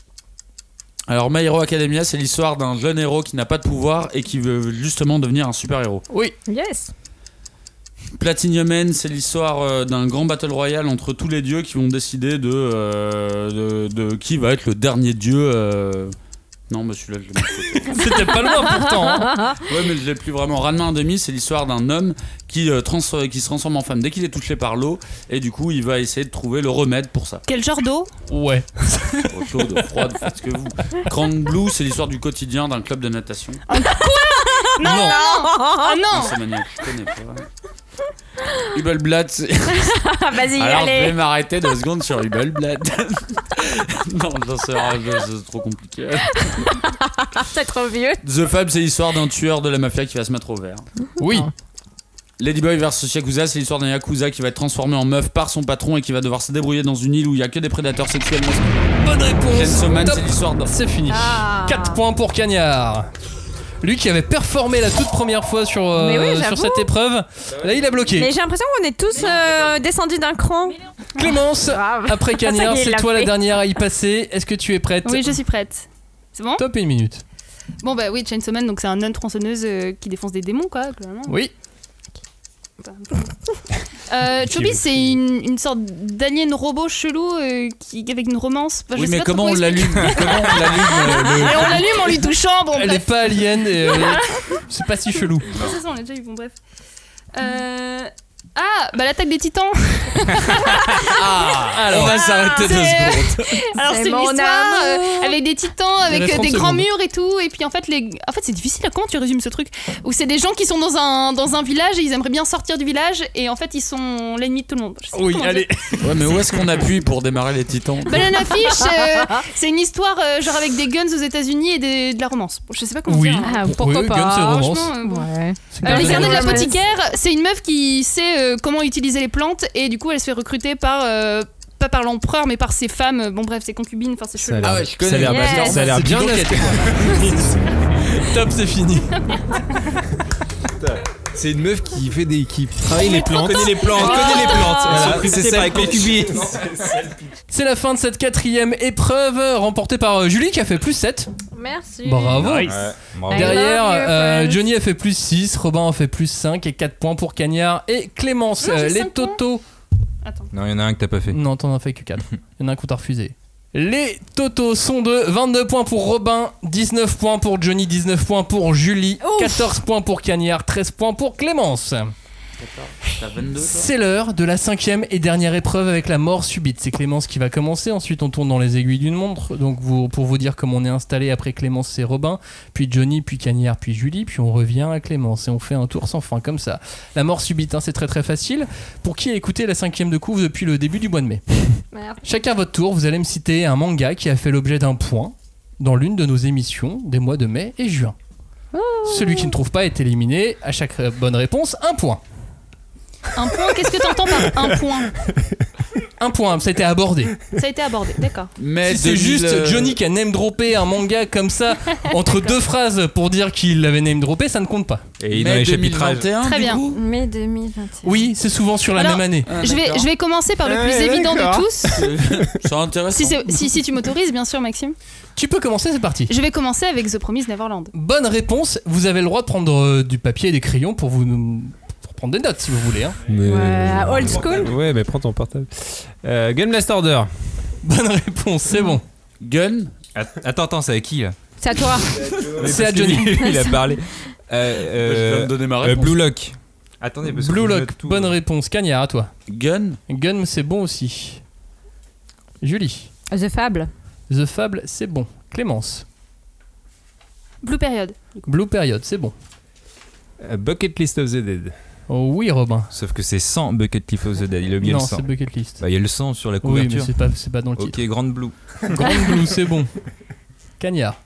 Alors, My Hero Academia, c'est l'histoire d'un jeune héros qui n'a pas de pouvoir et qui veut justement devenir un super héros.
Oui.
Yes.
Platinum Man, c'est l'histoire euh, d'un grand battle royal entre tous les dieux qui vont décider de, euh, de, de qui va être le dernier dieu. euh, Non, bah celui-là, je l'ai marqué.
C'était pas loin pourtant. hein.
Ouais, mais je l'ai plus vraiment. Ranma 1,5, c'est l'histoire d'un homme qui, euh, trans- euh, qui se transforme en femme dès qu'il est touché par l'eau. Et du coup, il va essayer de trouver le remède pour ça.
Quel genre d'eau
Ouais.
Eau chaude, froide, faites ce que vous. Grand Blue, c'est l'histoire du quotidien d'un club de natation.
Non non, Oh
Non,
non
c'est maniaque, je connais pas. Hubelblatt, c'est.
Ah, Vas-y,
Alors je
allez.
vais m'arrêter deux secondes sur Hubelblatt. non, j'en sais rien, je- c'est trop compliqué.
c'est trop vieux.
The Fab, c'est l'histoire d'un tueur de la mafia qui va se mettre au vert.
Oui.
Ladyboy vs Yakuza, c'est l'histoire d'un Yakuza qui va être transformé en meuf par son patron et qui va devoir se débrouiller dans une île où il y a que des prédateurs sexuellement.
Oh,
Bonne réponse.
Chainsaw Man,
Top.
c'est l'histoire
Bah,
d'un.
C'est fini.
Ah.
4 points pour Cagnard. Lui qui avait performé la toute première fois sur, euh,
Mais oui, j'avoue.
sur cette épreuve, là il a bloqué.
Mais j'ai l'impression qu'on est tous euh, descendus d'un cran.
Clémence, après Cagnard,
Ça y est, il
c'est
l'a
toi la
fait.
dernière à y passer. Est-ce que tu es prête
Oui je suis prête. C'est bon
Top une minute.
Bon bah oui Chainsaw Man donc c'est un non tronçonneuse euh, qui défonce des démons quoi globalement.
Oui.
Euh, Chobi c'est une, une sorte d'alien robot chelou euh, qui, avec une romance. Enfin, je
Oui,
sais
mais
pas trop
comment on l'allume Comment on l'allume euh,
Et
le-
on l'allume en lui touchant, bon bah,
Elle
bref.
est pas alien et euh, c'est pas si chelou.
Non, c'est ça, on l'a déjà eu, bon bref. Euh, Ah, bah l'attaque des titans
Ah,
alors.
on va s'arrêter deux
C'est-
secondes.
Alors
C'est
c'est une
mon
histoire euh, avec des titans,
Il y
avec
avait
euh,
30
des grands
secondes.
murs et tout. Et puis en fait, les... en fait c'est difficile. Comment tu résumes ce truc Où c'est des gens qui sont dans un, dans un village et ils aimeraient bien sortir du village et en fait ils sont l'ennemi de tout le monde. Je sais pas
Oui,
comment
allez.
dire. Bah,
Ouais, mais où est-ce qu'on appuie pour démarrer les titans
Banana Fish, euh, c'est une histoire euh, genre avec des guns aux États-Unis et des- de la romance. Bon, Je sais pas comment
Oui,
dire.
Ah, pourquoi oui, pas, guns et romance.
franchement, euh, bon.
Ouais.
Euh, les carnets de
la
l'apothicaire, c'est une meuf qui sait euh, comment utiliser les plantes et du coup elle se fait recruter par. euh, pas par l'empereur, mais par ses femmes. Bon, bref, ses concubines, enfin ses
Ça a
cheveux.
l'air-
Ah ouais, je connais.
Ça a l'air
bah,
Yes.
bâtard, ça a l'air
C'est
bien
bidon
naze.
qu'elle
Top, c'est fini.
C'est une meuf qui fait des qui travaille
les
les
plantes.
plantes.
Elle connaît les plantes.
Elle connaît les plantes.
Ah.
Voilà,
Recrutée
c'est ça
par
avec
les
concubines.
C'est la fin de cette quatrième épreuve euh, remportée par euh, Julie qui a fait plus 7.
Merci.
Bravo.
I
Derrière,
love you,
euh,
friends.
Johnny a fait plus 6, Robin a fait plus 5 et 4 points pour Cagnard et Clémence.
Non, j'ai
Euh, les
cinq points.
totos.
Non, il y en a un que t'as pas fait.
Non, t'en as fait que 4. Il y en a un qu'on t'a refusé. Les totos sont de 22 points pour Robin, 19 points pour Johnny, 19 points pour Julie, 14 points pour Cagnard, 13 points pour Clémence.
T'as 22 toi
C'est l'heure de la cinquième et dernière épreuve avec la mort subite. C'est Clémence qui va commencer. Ensuite, on tourne dans les aiguilles d'une montre. Donc, vous- pour vous dire comment on est installé, après Clémence, c'est Robin, puis Johnny, puis Cagnard, puis Julie, puis on revient à Clémence et on fait un tour sans fin comme ça. La mort subite, hein, c'est très très facile. Pour qui a écouté la cinquième de couvre depuis le début du mois de mai
Merde.
Chacun à votre tour, vous allez me citer un manga qui a fait l'objet d'un point dans l'une de nos émissions des mois de mai et juin. Celui qui ne trouve pas est éliminé. À chaque euh, bonne réponse, un point.
Un point, qu'est-ce que t'entends par un point
Un point, ça a été abordé.
Ça a été abordé, d'accord.
Mais
Eh,
Si c'est
2000,
juste
euh,
Johnny qui a name droppé un manga comme ça entre deux phrases pour dire qu'il l'avait name droppé, ça ne compte pas.
Et
mai
dans les chapitrages.
2021,
Très
du
bien.
coup
Mai 2021.
Oui, c'est souvent sur la
Alors,
même année.
Ah,
Je vais,
d'accord.
je vais commencer par le plus
Ouais,
évident de
d'accord.
tous.
C'est intéressant.
Si, c'est- si, si tu m'autorises, bien sûr, Maxime.
Tu peux commencer, c'est parti.
Je vais commencer avec The Promise Neverland.
Bonne réponse, vous avez le droit de prendre euh, du papier et des crayons pour vous pour prendre des notes si vous voulez. hein.
Mais-
Ouais, Euh, old school.
Ouais, mais prends ton portable. Euh, Gun Blast Order.
Bonne réponse, c'est bon.
Euh,
Gun
Att- Attends, attends, c'est à qui là
C'est à toi.
C'est à
Parce que
Johnny.
lui, Il a parlé. Euh, euh,
Je vais me donner ma
euh,
réponse.
Blue Lock. Attendez, parce que
Blue
je note
Lock,
tout. hein.
bonne réponse. Cagnard, à toi.
Gun
Gun, c'est bon aussi. Julie,
The Fable.
The Fable, c'est bon. Clémence,
Blue Period.
Blue Period, c'est bon.
Euh, Bucket List of the Dead.
Oh oui, Robin.
Sauf que c'est sans Bucket Leaf of the Dead. Il a oublié
non,
le sang.
c'est Bucket List.
Bah, il y a le sang sur la
oui, mais
couverture.
c'est pas, c'est pas dans le
ok, Grande Blue.
titre. Grande Blue, c'est bon. Cagnard.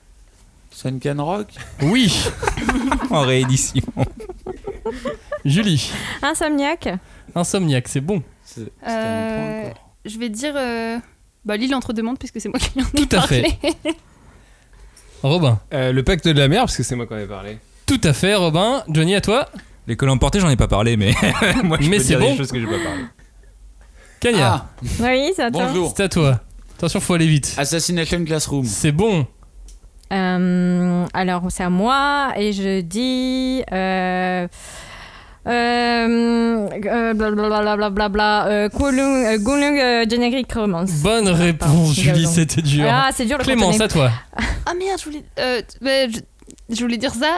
Sunken Rock
Euh,
Oui,
en réédition.
Julie.
Hein, Insomniac.
Insomniac, c'est bon.
C'est- c'était
Euh,
un point encore.
Je vais dire. euh, Bah, l'île entre deux mondes, puisque c'est moi qui en ai
Tout à fait.
parlé.
Robin.
Euh, le pacte de la mer, parce que c'est moi qui en ai parlé.
Tout à fait, Robin. Johnny, à toi.
L'école emportée, j'en ai pas parlé, mais moi je
Mais
peux
c'est
dire
bon.
des choses que j'ai pas parlé.
Cagnard.
Ah,
Oui, c'est à toi.
bonjour.
C'est à toi. Attention, faut aller vite.
Assassination Classroom.
C'est bon.
Euh, alors, c'est à moi et je dis. Euh, euh, euh, blablabla, blablabla, euh, Gulung, euh, Gulung, euh, Generic Romance.
Bonne réponse,
Ah, pardon.
Julie, c'était dur.
Ah, c'est dur le
Clémence,
contenir.
à toi.
Ah merde, je voulais. euh, bah, je... je voulais dire ça.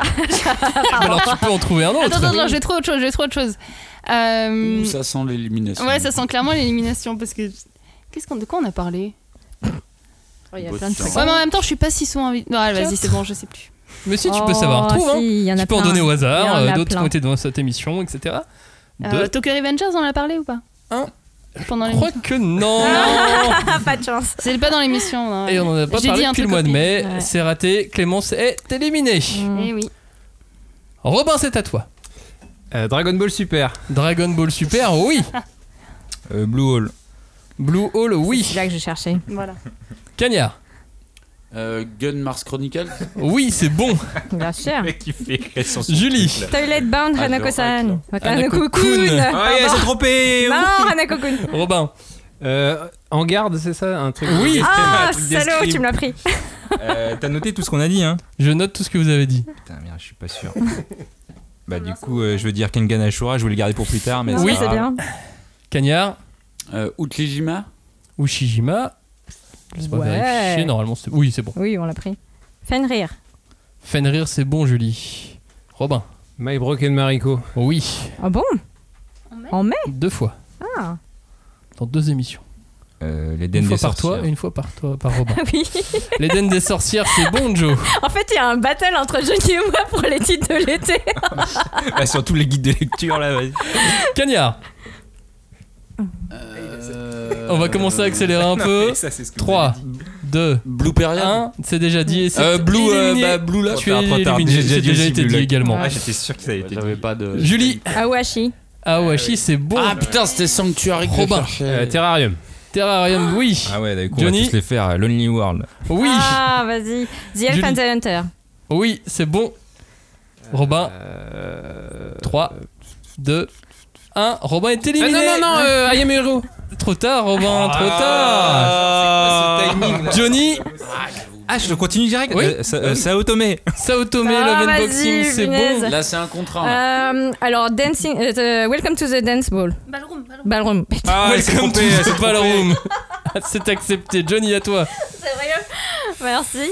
Ah.
Alors, tu peux en trouver un autre.
Attends, attends, attends, j'ai trop autre chose, j'ai trop autre chose. Euh,
Ouh, ça sent l'élimination.
Ouais, ça sent clairement l'élimination parce que. Qu'est-ce qu'on... De quoi on a parlé
Oh, il y a
Bonne
plein de
chance.
trucs.
Ouais, mais en même temps, je suis pas si souvent invitée. Non, allez, vas-y, c'est bon, je sais plus.
Mais si, tu peux savoir. Trouve,
Oh, si,
hein.
il y en a
Tu peux en
plein.
donner au
Il y en
hasard,
a
euh, d'autres
plein.
qui ont été dans cette émission, etc.
Euh,
Deux.
Tokyo Revengers, on en a parlé ou pas
Hein
Pendant
Je crois
l'émission.
que non.
Ah, pas de chance.
C'est pas dans l'émission. non.
Et on en a pas
J'ai
parlé
dit un
depuis le
truc
mois de
au
mai.
Ouais.
C'est raté. Clémence est éliminée.
Eh oui.
Robin, c'est à toi.
Euh, Dragon Ball Super.
Dragon Ball Super, oui.
Euh, Blue Hall.
Blue Hall,
C'est
oui.
là que je cherchais.
Voilà.
Cagnard,
Euh, Gun Mars Chronicles
oui, c'est bon.
Bien sûr.
mec qui fait son
Julie.
Toilet Bound
Ah,
Hanako-san.
Hanako-kun. Oh,
Hanako-kun.
Ah ouais,
Pardon.
c'est trompé
Non, Hanako-kun.
Robin,
Euh, en garde, c'est ça Un truc
Oui.
Ah,
truc
salaud,
d'escrime.
tu me l'as pris.
Euh, T'as noté tout ce qu'on a dit, hein
je note tout ce que vous avez dit.
Putain, merde, je suis pas sûr. bah, du coup, euh, je veux dire Kengan Ashura, je voulais le garder pour plus tard, mais
Non,
c'est
c'est
pas grave.
bien.
Cagnard,
euh, Utlejima
Ushijima. Ah, C'est pas
Ouais.
vérifié, normalement. c'est- Oui, c'est bon.
Oui, on l'a pris. Fenrir.
Fenrir, c'est bon, Julie. Robin,
My Broken Mariko.
oui.
Ah bon En mai
Deux fois.
Ah.
Dans deux émissions.
L'Éden
une fois
euh, des
par toi
sorcières.
et une fois par toi, par Robin.
Oui.
L'Éden des sorcières, c'est bon, Joe.
En fait, il y a un battle entre Johnny et moi pour les titres de l'été.
Ah,
Bah, sur tous les guides de lecture là, vas-y.
Cagnard. On va commencer à accélérer un
Non,
peu.
Euh,
mais ça, c'est ce que
3, 2,
Euh, Blue période.
1, c'est déjà dit. et c'est
Euh, Blue, euh,
éliminé.
bah, Blue, là,
tu es
trop tard, trop tard.
éliminé.
J'ai
C'est
déjà dit
déjà
aussi
été
Blue
dit
Lake.
également.
Ah,
J'étais sûr que ça allait.
J'avais pas de.
Julie.
Awashi.
Awashi, c'est bon.
Ah putain, c'était Sanctuary que
Robin.
je cherchais.
Euh, Terrarium.
Terrarium, oui.
Ah ouais, d'accord, on va
Johnny.
tous les faire. euh, Lonely World.
Oui.
Ah, vas-y. The Elf and the Hunter.
Oui, c'est bon. Robin.
Euh,
3, 2, 1. Robin est
Ah,
éliminé.
non, non, non, euh, I am Hero.
Trop tard, Robin, Ah,
Ah.
trop tard.
Ah,
Johnny,
Ah, je continue direct.
Oui.
Euh, ça, euh, ça a automé.
Sao Tomé,
Ah,
Love and
vas-y,
Boxing, c'est
punaise.
bon.
Là, c'est un contrat.
Euh, alors, dancing, euh, euh, Welcome to the Dance Ball.
Ballroom,
Ballroom.
ballroom.
Ah, elle s'est
Welcome to
trompée, elle s'est
the
trompée.
Ballroom. C'est accepté. Johnny, à toi.
Sérieux Merci.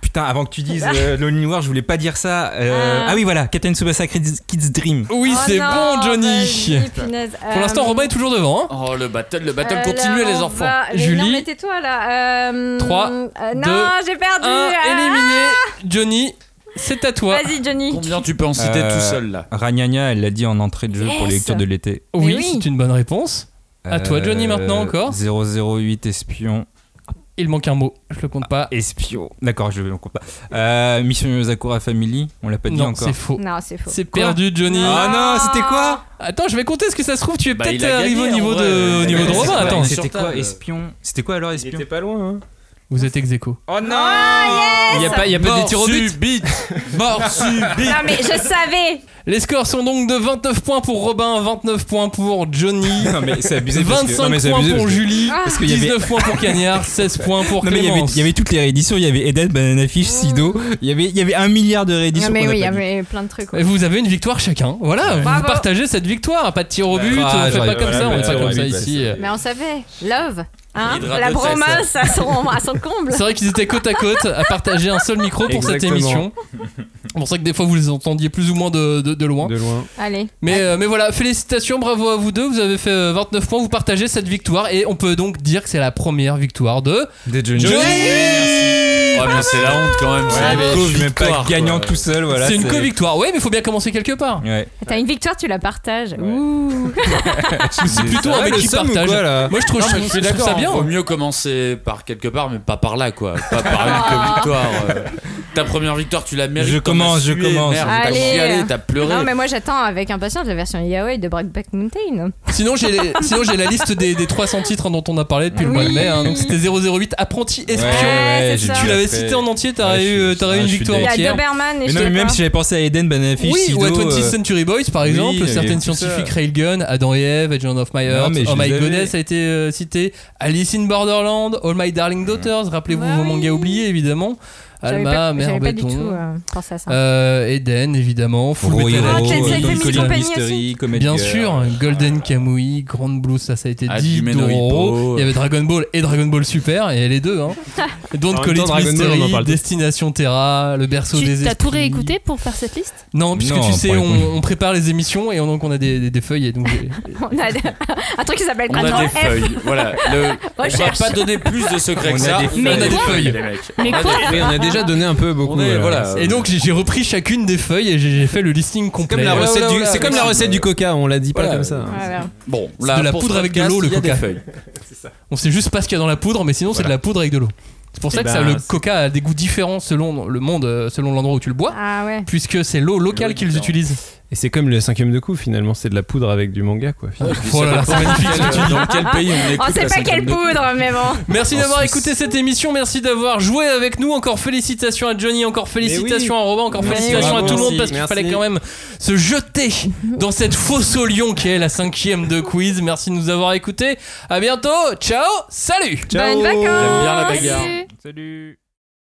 Putain, avant que tu dises
Ah.
euh, Lonely World, je voulais pas dire ça. Euh,
Ah.
Ah oui, voilà, Captain Tsubasa Kids Kids Dream.
Oui,
Oh
c'est
non,
bon, Johnny.
vas-y, punaise.
Pour l'instant,
Euh,
Robin est toujours devant. hein.
Oh, le battle, le battle
euh,
continue,
là,
les
on
enfants.
va- mais
Julie.
Non, mais tais-toi là. Euh,
Trois,
euh,
deux,
non, j'ai perdu.
Un
Ah,
éliminé. Johnny, c'est à toi.
Vas-y, Johnny.
Combien tu peux en citer
Euh,
tout seul là
Ragnagna, elle l'a dit en entrée de jeu pour les
Yes.
lectures de l'été. Euh,
Oui,
Mais oui.
c'est une bonne réponse. À toi, Johnny, maintenant, encore.
008 espion.
Il manque un mot. Je le compte
Ah,
pas.
Espion. D'accord, je ne compte pas. Euh, Mission Yosakura Family, on l'a pas dit
Non,
encore.
c'est faux.
Non, c'est faux.
C'est perdu, Johnny.
Ah non, c'était quoi
Attends, je vais compter ce que ça se trouve. Tu es
Bah,
peut-être
il a
arrivé
gagné,
au
en
niveau
vrai.
de, au niveau
Ah,
de
Mais
Robin.
c'est pas-
Attends,
mais c'est-
C'était quoi
Sortable.
espion C'était quoi alors
Il
espion
était pas loin. Hein.
vous êtes ex aequo.
Oh non
Il y a pas, il y a pas des tirs au but.
Mort subite
Non, mais je savais.
Les scores sont donc de 29 points pour Robin, 29 points pour Johnny,
Non mais c'est abusé parce que-
25
non, mais c'est
points
abusé
pour
parce que-
Julie,
parce qu'il y avait-
19 points pour Cagnard, 16 points pour
Non mais il y avait-
Clémence.
il y avait toutes les rééditions, il y avait Eden, Banana Fish, Sido, il y avait il y avait un milliard de rééditions.
Non, Ah, mais
qu'on a
oui, il y
pas dit.
avait plein de trucs.
Et vous avez une victoire chacun. Voilà, vous
Bravo.
partagez cette victoire. Pas de tir au but,
Ah,
on fait pas
j'aurais-
comme
voilà,
ça, on fait
bah,
pas comme
j'aurais
ça
dit, bah,
ici.
Mais on savait. Love. Hein
Les draps
La
de tête,
bromance à son, à son comble.
C'est vrai qu'ils étaient côte à côte à partager un seul micro pour cette
Exactement.
émission. C'est pour ça que des fois vous les entendiez plus ou moins de, de- de loin.
De loin.
Allez.
Mais, euh, mais voilà, félicitations, bravo à vous deux. Vous avez fait euh, 29 points, vous partagez cette victoire et on peut donc dire que c'est la première victoire de
Des Johnny.
Johnny.
Oh, mais c'est la honte quand même.
Ouais,
Ah,
c'est une
mais je suis même pas
co-victoire,
gagnant
quoi.
tout seul, voilà.
c'est une co-victoire. Ouais, mais il faut bien commencer quelque part.
Ouais.
T'as une victoire, tu la partages. Ouh.
C'est plutôt un mec Ah, qui partage. Moi, je trouve,
Non,
je,
mais je
je
suis
trouve
d'accord.
ça bien. hein.
Vaut mieux commencer par quelque part, mais pas par là, quoi. Pas par
Ah.
une victoire. euh. Ta première victoire, tu la mérites.
Je commence, je
t'en as sué,
commence.
Merde, t'as
Allez.
chialé, t'as pleuré.
Non, mais moi j'attends avec impatience la version yaoi de Breakback Mountain.
Sinon, j'ai les- sinon, j'ai la liste des, des 300 titres dont on a parlé depuis le mois de mai. hein. Donc, c'était 008 apprenti espion.
Ouais, c'est ça.
tu l'avais cité en entier, t'aurais
Ouais, je
eu,
suis-
euh, t'aurais eu
ouais,
une
je suis
victoire
Il y
dé-
a
entière.
Doberman et
Mais
je
non,
sais
mais même
pas.
si j'avais pensé à Eden, Banana Fish,
Ah, Oui,
Sido,
ou à 20th
euh,
Century Boys par
oui,
exemple,
il y a eu
Certaines
tout ça.
Scientifiques Railgun, Adam et Eve, Agent of My Heart,
Non, mais je
Oh My
les avais.
Goddess a été euh, cité, Alice in Borderland, All My
Mm.
Darling Daughters, rappelez-vous
Bah
vos
oui.
mangas oubliés évidemment,
J'avais
Alma,
pas-
Mère
j'avais pas du
Béton,
tout euh, pensé à ça.
euh, Eden évidemment, Full
Roy
Metal
Hero,
Ah,
Alchemist,
Tensei
Don
Family
Collins,
Company
Mystery, Comet
Bien
Girl.
sûr, Golden Kamuy, Grand Blue, ça, ça a été
Ah,
dit.
Jimeno
Doro,
Hippo.
il y avait Dragon Ball et Dragon Ball Super, et les deux. Hein. Don't
En même
Call
temps,
It
Dragon Ball, on en
Mystery,
parle tous.
Destination Terra, Le Berceau
Tu
des
t'as tout
esprits.
réécouté pour faire cette liste
Non, puisque
Non,
tu sais,
pour le coup.
on, on prépare les émissions et on, donc on a des, des- des feuilles. Et donc j'ai-
On a un truc qui s'appelle
On a
Control
des
F.
feuilles. Voilà. le- On va
Recherche.
pas donner plus de secrets
On
que
a
ça.
des
Mais feuilles. quoi
feuilles, les mecs.
Mais
On a
quoi
Ah,
des-
Oui, on a déjà donné un peu beaucoup. euh,
On est- voilà.
et donc j'ai j'ai repris chacune des feuilles et j'ai j'ai fait le listing complet.
Ah Comme la
Voilà,
recette
voilà,
du-
voilà.
C'est comme la recette du coca, on l'a dit pas
Voilà.
comme ça.
Ah, Ouais, ouais.
Bon,
C'est de la
pour ce
poudre avec de
podcast,
l'eau, le
il y a des
coca.
feuilles.
On sait juste pas ce qu'il y a dans la poudre, mais sinon c'est de la poudre avec de l'eau. C'est pour ça
Eh
que ça,
ben,
le
c'est-
coca a des goûts différents selon le monde, euh, selon l'endroit où tu le bois.
Ah ouais.
Puisque c'est l'eau locale
L'eau
qu'ils
différente.
utilisent.
Et c'est comme le cinquième de coup, finalement, c'est de la poudre avec du manga, quoi.
Bah,
finalement.
Oh là là, c'est magnifique.
Dans quel pays on écoute
On sait
la
Oh, pas quelle
cinquième de-
poudre, mais bon.
Merci d'avoir
Suisse.
écouté cette émission, merci d'avoir joué avec nous. Encore félicitations à Johnny, encore félicitations à Robin, encore
Merci,
félicitations à
bravo,
tout le monde
merci,
parce qu'il
merci.
fallait quand même se jeter dans cette fosse au lion qui est la cinquième de quiz. Merci de nous avoir écoutés. À bientôt, ciao, salut.
Bonnes vacances.
J'aime bien la bagarre.
Salut.
Salut.